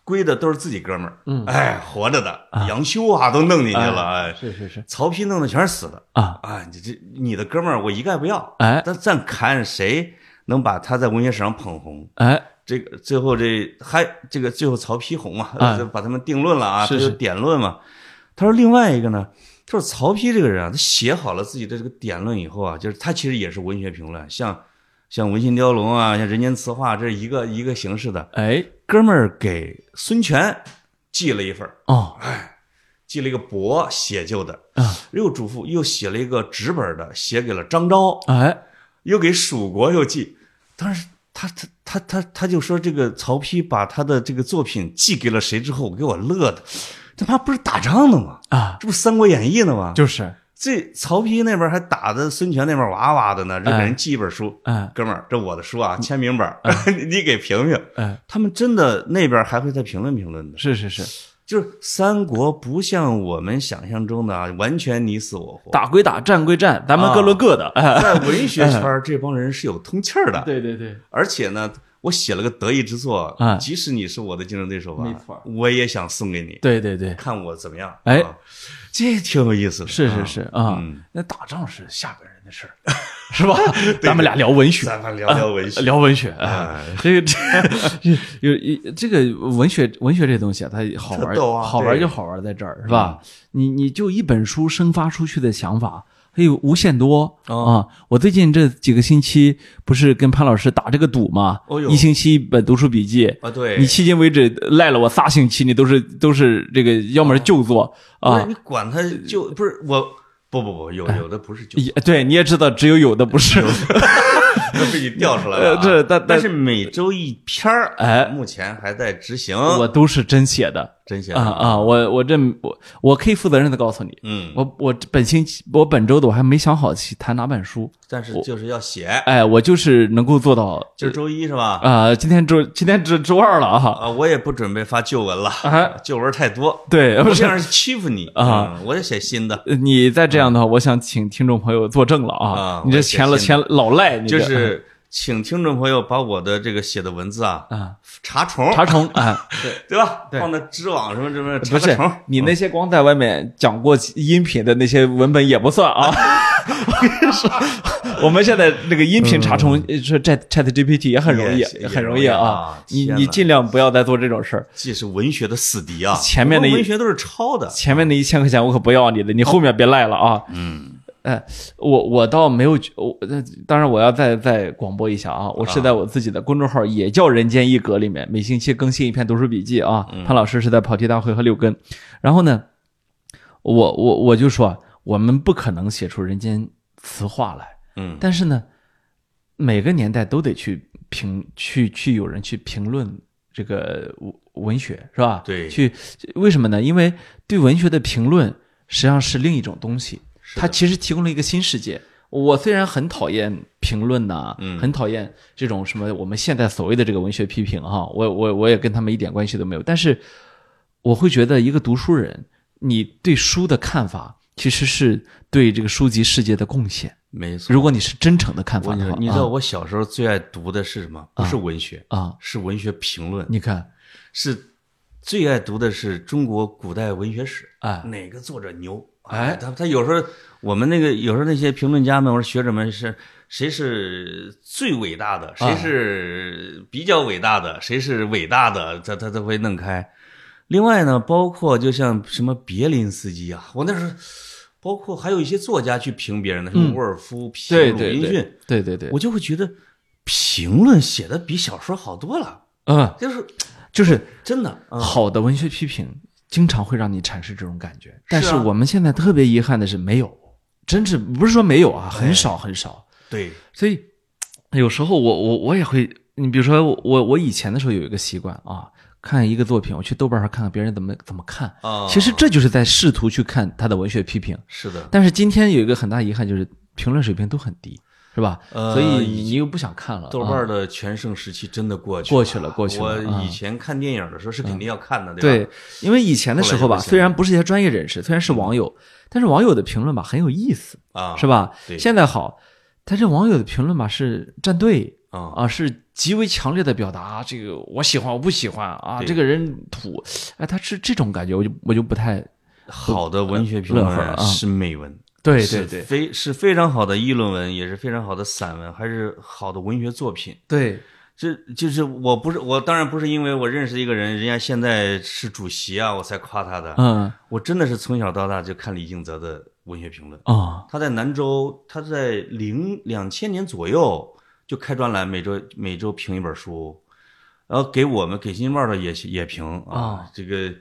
归的都是自己哥们儿，
嗯
哎，活着的杨修啊都弄进去了，哎，
是是是
曹丕弄的全是死的
啊，
啊，你这你的哥们儿我一概不要，
哎
但咱看谁能把他在文学史上捧红，
哎，
这个最后这还这个最后曹丕红嘛，
啊
就把他们定论了啊，
是
他就是典论嘛。他说另外一个呢，他说曹丕这个人啊，他写好了自己的这个典论以后啊，就是他其实也是文学评论，像像《文心雕龙》啊，像《人间词话》，这是一个一个形式的。
哎
哥们儿给孙权寄了一份儿
哦
寄了一个帛写就的，
啊
又嘱咐又写了一个纸本儿的，写给了张昭。
哎
又给蜀国又寄。当时他他他他他就说这个曹丕把他的这个作品寄给了谁之后，给我乐的，他妈不是打仗呢吗？
啊，
这不是《三国演义》呢吗？
就是
这曹丕那边还打的孙权那边哇哇的呢，这给人寄一本书，
哎
哥们儿，这我的书啊，签名本儿， 你给评评。
嗯哎，
他们真的那边还会再评论评论的，
是是是，
就是三国不像我们想象中的啊，完全你死我活。
打归打，战归战，咱们各论各的。哎，
在文学圈儿，这帮人是有通气儿的，
对对对，
而且呢，我写了个得意之作，
啊
即使你是我的竞争对手吧，
没错
我也想送给你，
对对对，
看我怎么样。
哎
啊，这挺有意思的。
是是
啊
是，啊
嗯，
那打仗是下边人的事儿， 是吧？咱们俩聊文学，
啊咱们聊聊文学。啊
聊文学，哎，这 个这有有这个文学文学这东西啊，它好玩
特逗啊
好玩
对嗯
就好玩在这儿是吧？你你就一本书生发出去的想法。还有无限多啊、
哦
我最近这几个星期不是跟潘老师打这个赌嘛，
哦呦
一星期一本读书笔记，
啊，对，
你迄今为止赖了我仨星期，你都是都是这个，要
哦
么是就做
不是
啊，
你管他就不是我，不不不，有有的不是就
也对，你也知道，只有有的不是，
都 被你调出来了啊。
呃这但但
但是每周一篇儿，
哎
目前还在执行。
我都是真写的
真闲
啊啊！我我这我我可以负责任的告诉你，
嗯，
我我本星期我本周的我还没想好去谈哪本书，
但是就是要写，
哎，我就是能够做到
就是周一是吧？
啊、今天周今天周周二了啊，
啊，我也不准备发旧文了，
啊
旧文太多，
对，
我
不是
这样是欺负你
啊
嗯我得写新的，
你再这样的话，我想请听众朋友作证了啊
啊！
你这
我写
钱了
信
钱老赖，你这
就是请听众朋友把我的这个写的文字啊
啊
查重，
查重 啊，
对吧？
对
放到知网什么什么查
不
个
是
重，
你那些光在外面讲过音频的那些文本也不算啊。 我跟你说，我们现在那个音频查重是 Chat Chat GPT 也很容易
嗯也是也，
很容易
容易
啊
啊。
你
天
你
哪
尽量不要再做这种事儿。
既是文学的死敌啊，
前面的一
我们文学都是抄的，
前面那一千块钱我可不要你的，你后面别赖了啊。
嗯，
哎，我我倒没有觉，我呃当然我要再再广播一下啊，我是在我自己的公众号也叫人间一格里面，每星期更新一篇读书笔记啊。
嗯
潘老师是在跑题大会和六根，然后呢，我我我就说我们不可能写出人间词话来，
嗯
但是呢，每个年代都得去评去去有人去评论这个文文学是吧？
对
去为什么呢？因为对文学的评论实际上是另一种东西，
是的
它其实提供了一个新世界。我虽然很讨厌评论呐、
嗯
很讨厌这种什么我们现在所谓的这个文学批评哈、我我我也跟他们一点关系都没有，但是我会觉得一个读书人，你对书的看法其实是对这个书籍世界的贡献。
没错。
如果你是真诚的看
我
法
跟
的
你
话
说，，你知道我小时候最爱读的是什么？不是文学，
啊啊，
是文学评论，
你看，
是最爱读的是中国古代文学史。
哎
哪个作者牛？啊
哎
他他有时候我们那个有时候那些评论家们或者学者们是谁是最伟大的，
啊
谁是比较伟大的，谁是伟大的，他他都会弄开。另外呢，包括就像什么别林斯基啊，我那时候包括还有一些作家去评别人的，什么
嗯
沃尔夫、皮
对
鲁
对
滨逊
对，，对对对，
我就会觉得评论写的比小说好多了，
嗯，
就是
就是
真的。嗯
好的文学批评经常会让你产生这种感觉，但
是
是
啊
我们现在特别遗憾的是没有，真是不是说没有啊，
哎
很少很少，
对，
所以有时候我我我也会，你比如说我我我以前的时候有一个习惯啊。看一个作品，我去豆瓣上看看别人怎么怎么看。
啊
其实这就是在试图去看他的文学批评。
是的，
但是今天有一个很大遗憾，就是评论水平都很低，是吧？
呃
所以你你又不想看了。
豆瓣
啊
儿的全盛时期真的过去
过去了过去了
我
啊嗯
以前看电影的时候是肯定要看的，
对
吧？，
因为以前的时候吧，
后来就不行了
虽然不是嗯一些专业人士，虽然是网友，但是网友的评论吧很有意思，
啊，
是？吧？
对
现在好，但是网友的评论吧是站队
啊
啊，是极为强烈的表达这个我喜欢我不喜欢啊，
对
这个人土，哎，他是这种感觉，我就我就不太
好的文学评
乐呵
论
啊
是美文，
对
是
对对嗯
非是非常好的议论文，也是非常好的散文，还是好的文学作品。
对
这就是我不是我，当然不是因为我认识一个人，人家现在是主席啊，我才夸他的。
嗯
我真的是从小到大就看李静泽的文学评论。
啊
他在南州，他在零两千年左右就开专栏，每周每周评一本书，然后给我们给《新京报》的也也评啊
啊，
这个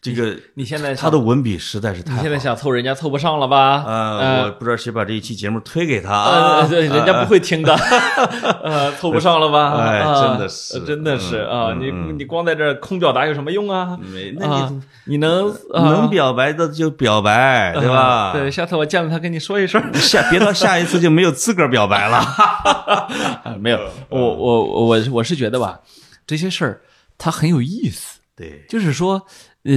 这个
你现在
他的文笔实在是太
你
好
现在
了。
想凑人家凑不上了吧？
呃，我不知道谁把这一期节目推给他
啊，
啊，
对，人家不会听的， 呃，凑不上了吧？
哎
啊
真的是
真的是
嗯
啊！
嗯
你
嗯
你光在这儿空表达有什么用啊？
没，那
啊
你，
你能
能
表
表白的就表白，对吧？
对，，下次我见了他跟你说一声。
下别到下一次就没有资格表白了。
啊没
嗯
有，我我我我是我是觉得吧，这些事儿它很有意思，
对，
就是说，呃，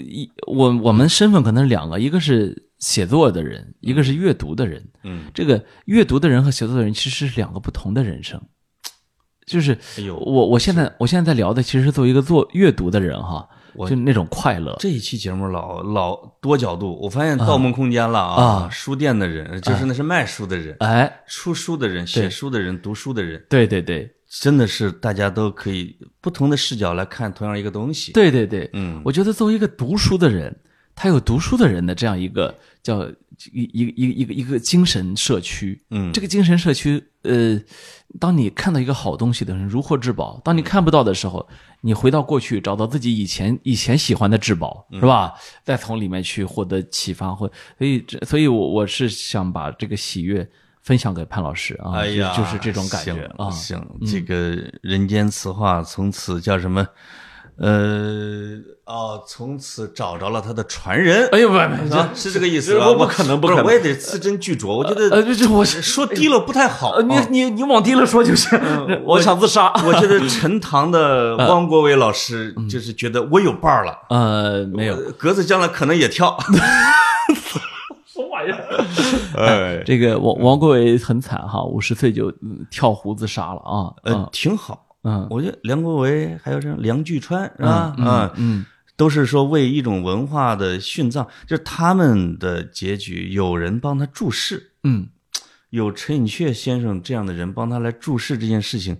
一我我们身份可能两个，一个是写作的人，一个是阅读的人。
嗯，
这个阅读的人和写作的人其实是两个不同的人生。就是
哎呦
我我现在我现在在聊的其实是作为一个做阅读的人哈，
我
就那种快乐。
这一期节目老老多角度，我发现《盗梦空间》了啊，
啊
书店的人就是那是卖书的
啊
人，
哎，
出书的人、写书的人、读书的人，
对对对
真的是大家都可以不同的视角来看同样一个东西。，
对对对，
嗯，
我觉得作为一个读书的人，他有读书的人的这样一个叫一一一一个一个精神社区。
嗯，
这个精神社区，呃，当你看到一个好东西的时候，如获至宝；当你看不到的时候，你回到过去，找到自己以前以前喜欢的至宝，
嗯
是吧？再从里面去获得启发，或所以这，所以我我是想把这个喜悦分享给潘老师啊，
哎呀，
嗯
就就是这种感觉啊，
行，行这个人间词话从此叫什么？呃，哦，从此找着了他的传人。
哎呦，不不，
啊，是这个意思吧？
这不可能
我
不可能
是我也得字斟句酌。我觉得
呃，这这我是
说低了不太好。
呃，你
啊
你你往低了说就行，嗯 我想自杀。
我觉得陈塘的汪国伟老师
嗯
就是觉得我有伴儿了，
呃，没有，
呃格子将来可能也跳。
什么玩意儿？
哎，
这个王王国维很惨哈，五十岁就嗯跳湖自杀了啊。
呃，挺好。
嗯
我觉得梁国维还有这种梁巨川是吧？啊，
嗯，
都是说为一种文化的殉葬，就是他们的结局，有人帮他注释，
嗯
有陈寅恪先生这样的人帮他来注释这件事情，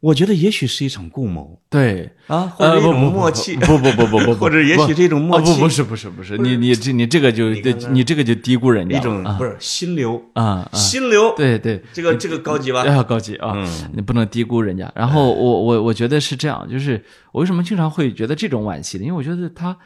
我觉得也许是一场共谋
对，
啊，或
呃
者一
不
种
不不
默契，
不不不不不，不
或者也许是一种默
啊
契，
不不是不是不是，你你这你这个就对你这个就低估人家
一
了
种
啊
不是心流，
啊啊，
心流，
对对，
这个这个高级吧？
要高级啊，
嗯哎
你不能低估人家。然后我我我觉得是这样，就是我为什么经常会觉得这种惋惜呢？因为我觉得他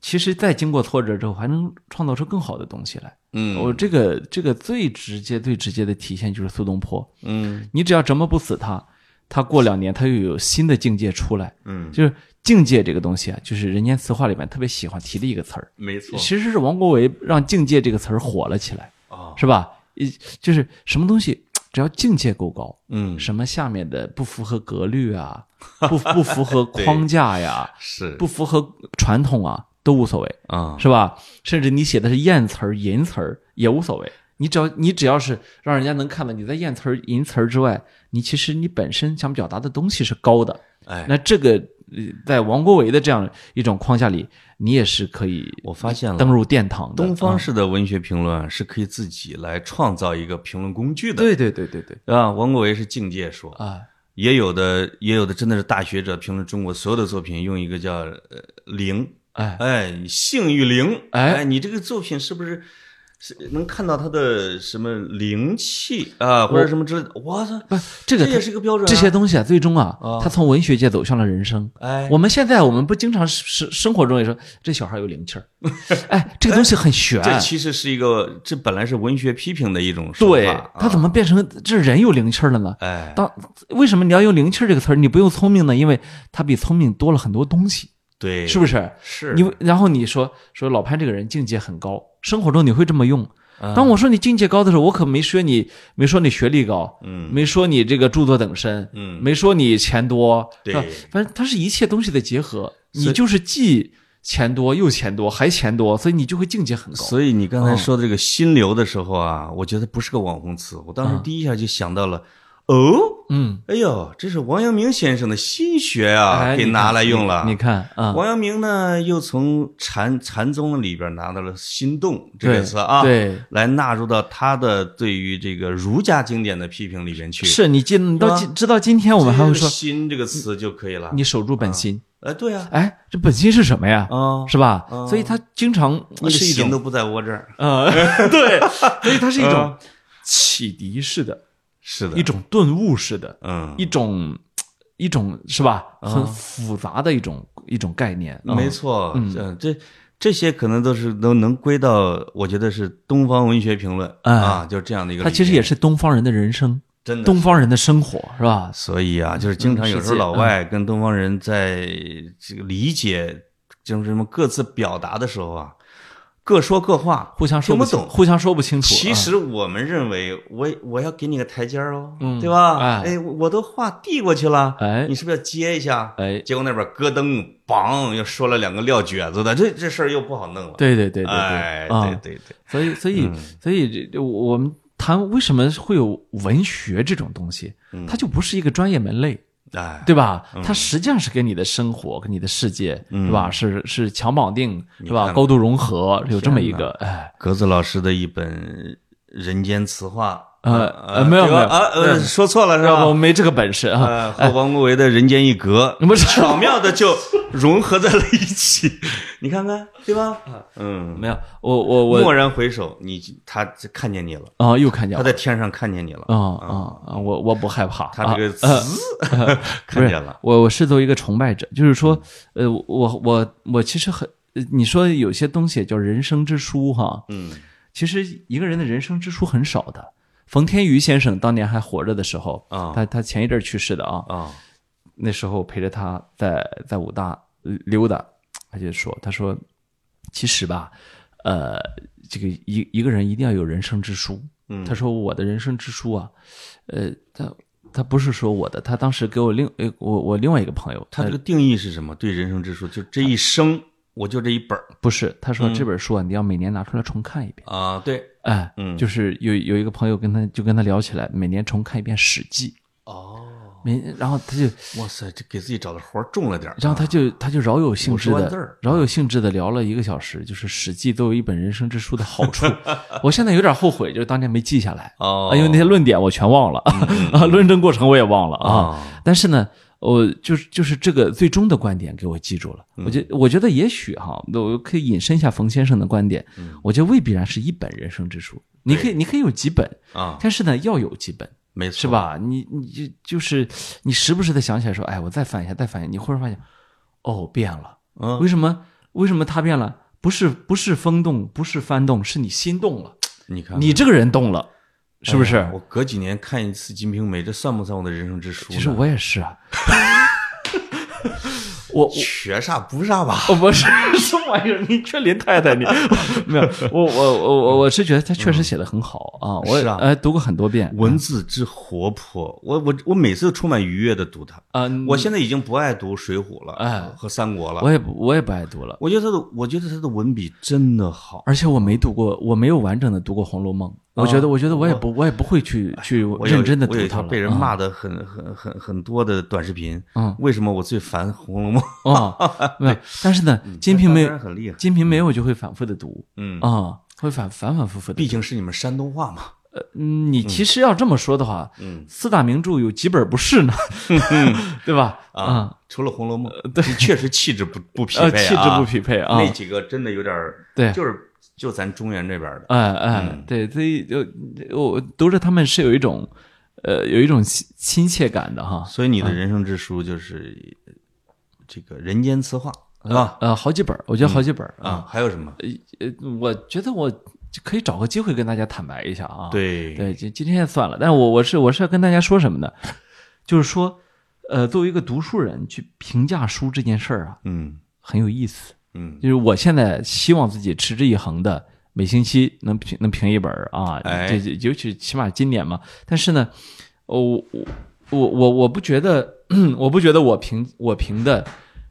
其实在经过挫折之后，还能创造出更好的东西来。
嗯，
我这个这个最直接最直接的体现就是苏东坡，
嗯
你只要折磨不死他，他过两年他又有新的境界出来。
嗯，
就是境界这个东西啊，就是人间词话里面特别喜欢提的一个词儿，
没错
其实是王国维让境界这个词儿火了起来，
啊，
是吧？一就是什么东西，只要境界够高，
嗯
什么下面的不符合格律啊，不不符合框架呀，
是
不符合传统啊，都无所谓，
啊
是吧？甚至你写的是艳词儿、淫词儿也无所谓，你只要你只要是让人家能看到你在艳词儿、淫词儿之外，你其实你本身想表达的东西是高的，
哎，
那这个呃在王国维的这样一种框架里，你也是可以
我发现了
登入殿堂的。
东方
啊
式的文学评论是可以自己来创造一个评论工具的，
嗯对对对对对
啊，王国维是境界说，
啊，
也有的也有的真的是大学者评论中国所有的作品，用一个叫呃灵，
哎
哎，你性与灵，
哎
你这个作品是不是是能看到它的什么灵气啊，或者什么之类的？我操，
不，这个
这
它
也是一个标准啊
这些东西啊，最终啊
啊，
它从文学界走向了人生。
哎，
我们现在我们不经常生生活中也说这小孩有灵气儿，哎，这个东西很玄。
这其实是一个，这本来是文学批评的一种说
对
法，，
他
啊
怎么变成这人有灵气儿了呢？
哎，
当为什么你要用灵气儿这个词儿，你不用聪明呢？因为它比聪明多了很多东西，
对，
是不是？
是？
你然后你说说老潘这个人境界很高，生活中你会这么用。
嗯
当我说你境界高的时候，我可没说你，没说你学历高，
嗯
没说你这个著作等身，
嗯
没说你钱多，
对
是吧反正它是一切东西的结合，你就是既钱多又钱多还钱多，所以你就会境界很高。
所以你刚才说的这个心流的时候啊，我觉得不是个网红词，我当时第一下就想到了，哦，
嗯，
哎呦，这是王阳明先生的心学啊，
哎
给
你
拿
看
来用了。
你看啊，
王阳明呢，又从禅禅宗里边拿到了“心动”这个
对
词啊，
对，
来纳入到他的对于这个儒家经典的批评里边去。，
是你今你到
是吧
今直到今天，我们还会说嗯
心”这个词就可以了。
你守住本心。
呃，对啊，
哎，这本心是什么呀？
啊，
是吧？所以它经常
你的
哦是一种
心都不在我这儿。
呃， 对，所以它是一种启迪式的，
是的，
一种顿悟式的，
嗯，
一种一种是吧？很复杂的一种一种概念。
没
错，
错，嗯，这这些可能都是都能归到，我觉得是东方文学评论
哎
啊，就是这样的一个理
它
念。
其实也是东方人的人生，
真的
东方人的生活，是吧？
所以啊，就是经常有时候
世界嗯
老外跟东方人在这个理解，就是什么各自表达的时候啊，各说各话，
互相说
听不
清
懂。
互相说不清楚。
其
啊
实我们认为，我我要给你个台阶儿哦，
嗯
对吧？
哎
哎，我都话递过去了，
哎
你是不是要接一下？
哎，
结果那边咯噔梆又说了两个撂蹶子的，这这事儿又不好弄了。
对对对对对，
哎，
啊
对嗯对对，
所以，所以，所以，这我们谈为什么会有文学这种东西，
嗯
它就不是一个专业门类，
哎，
对吧？它实际上是跟你的生活、跟你的世界，是吧？是是强绑定，是
嗯看
吧？
看
高度融合，有这么一个，哎，
格子老师的一本《人间词话》
呃
呃，
呃，没有
对
没
吧
有
啊，呃，说错了是
要不我
吧？
没这个本事啊，
呃，和王国维的《人间一格
不》是
巧妙的就融合在了一起， 你看看，对吧？嗯，
没有，我啊我
蓦
我
然回首，你他看见你了，
啊，又看见
他
了，
在天上看见你了，
啊啊啊，我我不害怕，
他
啊
这个滋 看见了，嗯
我我是作为一个崇拜者，就是说，呃，我我我其实很，呃你说有些东西叫人生之书哈，
嗯
其实一个人的人生之书很少的。冯天瑜先生当年还活着的时候，
啊
他他前一阵儿去世的啊，
啊
那时候陪着他在在武大呃溜达，他就说，他说，其实吧，呃，这个一一个人一定要有人生之书。
嗯
他说我的人生之书啊，呃，他他不是说我的，他当时给我另呃我我另外一个朋友，
他这个定义是什么？对人生之书，就这一生我就这一本儿
不是，他
嗯
说这本书啊，你要每年拿出来重看一遍。
啊，对，
哎，
嗯
就是有有一个朋友跟他就跟他聊起来，每年重看一遍《史记》，
哦，
每然后他就
哇塞，这给自己找的活儿重了点儿，啊
然后他就他就饶有兴致
50万字
的
儿啊
饶有兴致的聊了一个小时，就是《史记》作为一本人生之书的好处。我现在有点后悔，就是当年没记下来
哦嗯
啊，因为那些论点我全忘了啊，论证过程我也忘了啊。
啊，
但是呢，我就是就是这个最终的观点给我记住了。
嗯
我觉我觉得也许哈，我可以引申一下冯先生的观点，
嗯
我觉得未必然是一本人生之书，你可以你可以有几本，
啊，
但是呢要有几本。
没错，
是？吧？你你就就是你时不时的想起来说，哎，我再翻一下，再翻一下，你忽然发现，哦，变了，
嗯
为什么？为什么他变了？不是不是风动，不是翻动，是你心动了，
你看，
你这个人动了，是不是？
哎呀我隔几年看一次《金瓶梅》，这算不算我的人生之书呢？
其实我也是啊，我我
学啥不啥吧？
哦，不是 什么玩意儿，你这林太太你 没有，我我我我我是觉得他确实写的很好啊，我
是啊
呃读过很多遍，
文字之活泼，我我我每次充满愉悦的读它。
啊、
我现在已经不爱读《水浒》了，
哎
和《三国》了。
我也不我也不爱读了。
我觉得他的，我觉得他的文笔真的好。
而且我没读过，我没有完整的读过《红楼梦》。我觉得，
哦
我觉得我也不，我也不会去去
哎我有
认真的读
我有一
它
条
了。啊
被人骂的很很很很多的短视频。
嗯
为什么我最烦《红楼梦》？
啊，啊没有。但是呢，《金瓶梅
嗯当》然很厉害
《金瓶梅》我就会反复的读
嗯，
啊，会反反反复复的
毕。竟是你们山东话嘛。
嗯，你其实要这么说的话，
嗯
四大名著有几本不是 呢？对吧？啊，
啊，除了《红楼梦》，你确实气质不 不匹配
呃，
啊，
气质不匹配啊。
那几个真的有点儿
对
就是就咱中原这边儿的。
哎
嗯
哎，对，所以就我读着他们是有一种，呃，有一种亲亲切感的哈。
所以你的人生之书就是这个人间词话啊
呃，好几本儿，我觉得好几本儿啊。
啊，还有什么？
呃，我觉得我就可以找个机会跟大家坦白一下啊。
对
对，今今天也算了，但是我我是我是要跟大家说什么呢？就是说，呃，作为一个读书人去评价书这件事儿啊，
嗯
很有意思。
嗯，
就是我现在希望自己持之以恒的，每星期能评能评一本儿啊，
哎
这这尤其起码今年嘛。但是呢，哦我我我我我不觉得， 我不觉得我评我评的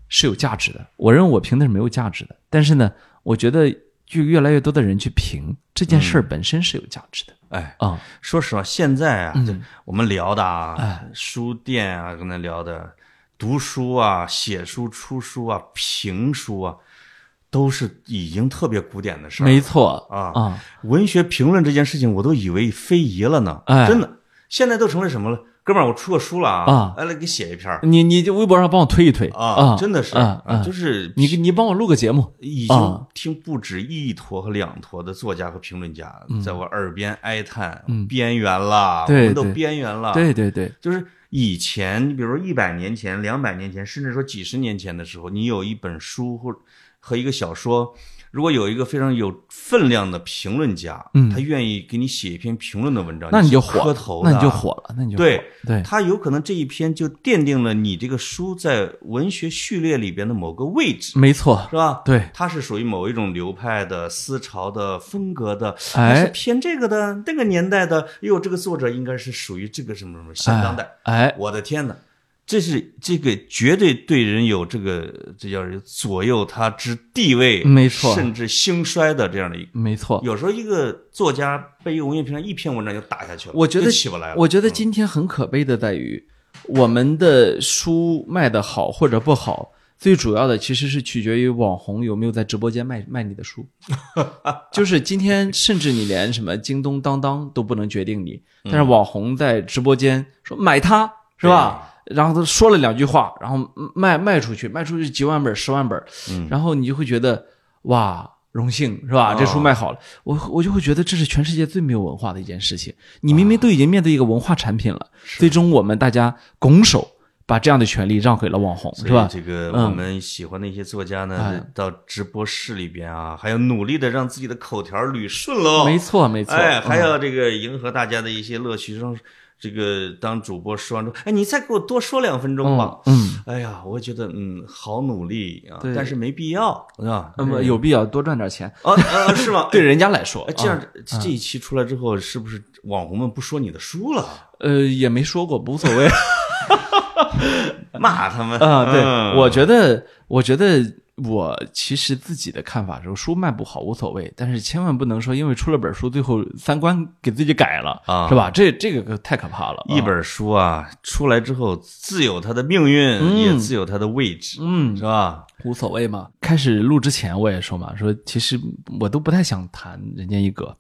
是有价值的，我认为我评的是没有价值的。但是呢，我觉得就越来越多的人去评这件
嗯
事儿本身是有价值的
哎，
啊、
说实话，现在啊，就
嗯哎
我们聊的啊，书店啊，刚才聊的读书啊、写书、出书啊、评书啊，都是已经特别古典的事儿了。
没错
啊
啊，
文学评论这件事情，我都以为非遗了呢。
哎
真的，现在都成为什么了？哥们儿，我出个书了
啊
啊，哎，来给写一篇儿
你你就微博上帮我推一推
啊，真的是，
啊啊
啊，就是
你你帮我录个节目，
已
啊
经听不止一坨和两坨的作家和评论家在我耳边哀叹，边缘了，
嗯对
我们都
对
边缘了。
对，对对，
就是以前，你比如一百年前、两百年前，甚至说几十年前的时候，你有一本书或和一个小说，如果有一个非常有分量的评论家，
嗯
他愿意给你写一篇评论的文章，
那你
啊你
就是火
磕
了
头，的啊
那你就火了，那你就火
对
了对，
他有可能这一篇就奠定了你这个书在文学序列里边的某个位置，
没错，
是吧？
对，
它是属于某一种流派的、思潮的、风格的，
哎
它是偏这个的、那个年代的。哟，这个作者应该是属于这个什么什么现当代。
哎，
我的天哪，这是这个绝对对人有这个这叫是左右他之地位，
没错
甚至兴衰的这样的一个。
没错。
有时候一个作家被一个文学评论一篇文章就打下去了，
我觉得
就起不来了。嗯
我觉得今天很可悲的在于，我们的书卖的好或者不好，最主要的其实是取决于网红有没有在直播间卖卖你的 书。就是今天，甚至你连什么京东、当当都不能决定你，
嗯
但是网红在直播间说买它是吧？然后他说了两句话，然后卖卖出去，卖出去几万本、十万本，
嗯
然后你就会觉得哇，荣幸是吧？
哦
这书卖好了，我我就会觉得这是全世界最没有文化的一件事情。你明明都已经面对一个文化产品了，最终我们大家拱手把这样的权利让给了网红，
所
是
以
吧？
这个
嗯
我们喜欢的一些作家呢
哎，
到直播室里边啊，还要努力的让自己的口条捋顺喽。
没错，没错，
哎，还
嗯
要这个迎合大家的一些乐趣，让这个当主播说完之后，哎，你再给我多说两分钟吧。
嗯，
哎呀，我觉得嗯，好努力啊
对，
但是没必要，是吧？
那嗯呃么有必要多赚点钱，
啊啊，是吗？
对人家来说
嗯哎，，这
啊
样这一期出来之后，是不是网红们不说你的书了？
呃，也没说过，无所谓
骂他 们
啊。
嗯
对，我觉得，我觉得我其实自己的看法是，书卖不好无所谓，但是千万不能说因为出了本书，最后三观给自己改了，
啊
是吧？这这个太可怕了。
一
啊，
本书啊，出来之后自有它的命运，
嗯
也自有它的位置，
嗯
是，吧？
无所谓嘛。开始录之前我也说嘛，说其实我都不太想谈《人间一格》，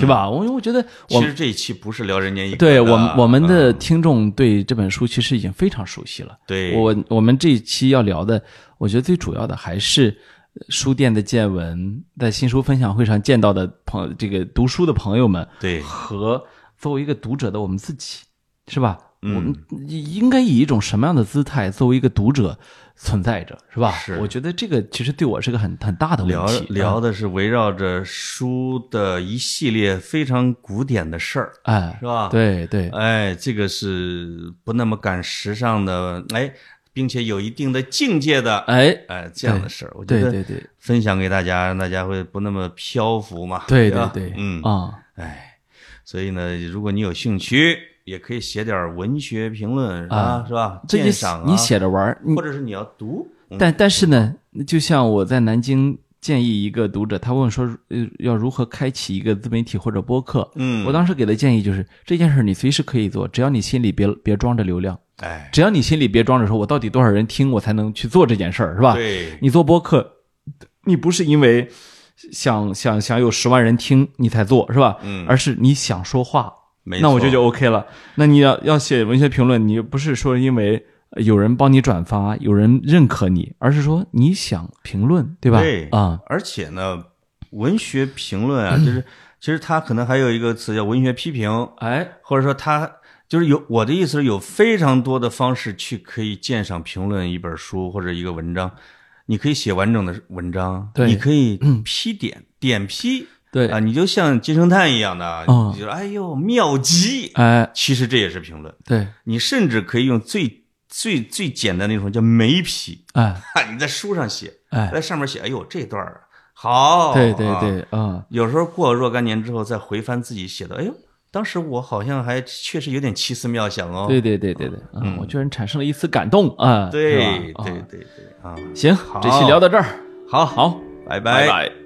是吧？我因为我觉得我
其实这一期嗯不是聊人间一格的
对我们我们的
嗯
听众对这本书其实已经非常熟悉了。
对
我我们这一期要聊的，我觉得最主要的还是呃书店的见闻，在新书分享会上见到的朋这个读书的朋友们，
对
和作为一个读者的我们自己，是吧？
嗯
我们应该以一种什么样的姿态作为一个读者存在着，是吧？
是
我觉得这个其实对我是个很很大的问
聊
题。
聊的是围绕着书的一系列非常古典的事儿，
哎，
是吧？
对对，
哎，这个是不那么赶时尚的，哎，并且有一定的境界的，
哎，
哎，这样的事儿，我觉
对
得
对对
分享给大家，让大家会不那么漂浮嘛。
对对
吧
对，
嗯，
啊，
哎，所以呢，如果你有兴趣，也可以写点文学评论啊，是吧？
这
鉴
你
赏啊，
你，写着玩儿，你
或者是你要读，嗯
但但是呢，就像我在南京建议一个读者，他问说，呃，要如何开启一个自媒体或者播客？
嗯，
我当时给的建议就是，这件事你随时可以做，只要你心里别别装着流量，
哎，
只要你心里别装着说我到底多少人听，我才能去做这件事儿，是吧？
对，
啊你做播客，你不是因为想想想有十万人听你才做，是吧？
嗯
而是你想说话，
没
那我就
错
就 OK 了。那你要要写文学评论，你不是说因为呃有人帮你转发，有人认可你，而是说你想评论，对吧？
对
啊，
而且呢，文学评论 啊，就是其实它可能还有一个词叫文学批评，
哎，
或者说它就是有我的意思是有非常多的方式去可以鉴赏评论一本书或者一个文章，你可以写完整的文章，
对嗯
你可以批点点批。
对
啊，你就像金圣叹一样的，
嗯
你就说哎呦妙极，
哎，
其实这也是评论。
对，
你甚至可以用最最最简单的那种叫眉批，
哎，
你在书上写，
哎，
在上面写，哎呦这段儿好，
对对
啊
对，啊，
有时候过了若干年之后再回翻自己写的，哎呦，当时我好像还确实有点奇思妙想哦。
对对对对对，啊，我居然产生了一丝感动啊！
对
是吧
对
啊
对对啊，
行，这期聊到这儿，
好，
好，
拜
拜
拜。
拜。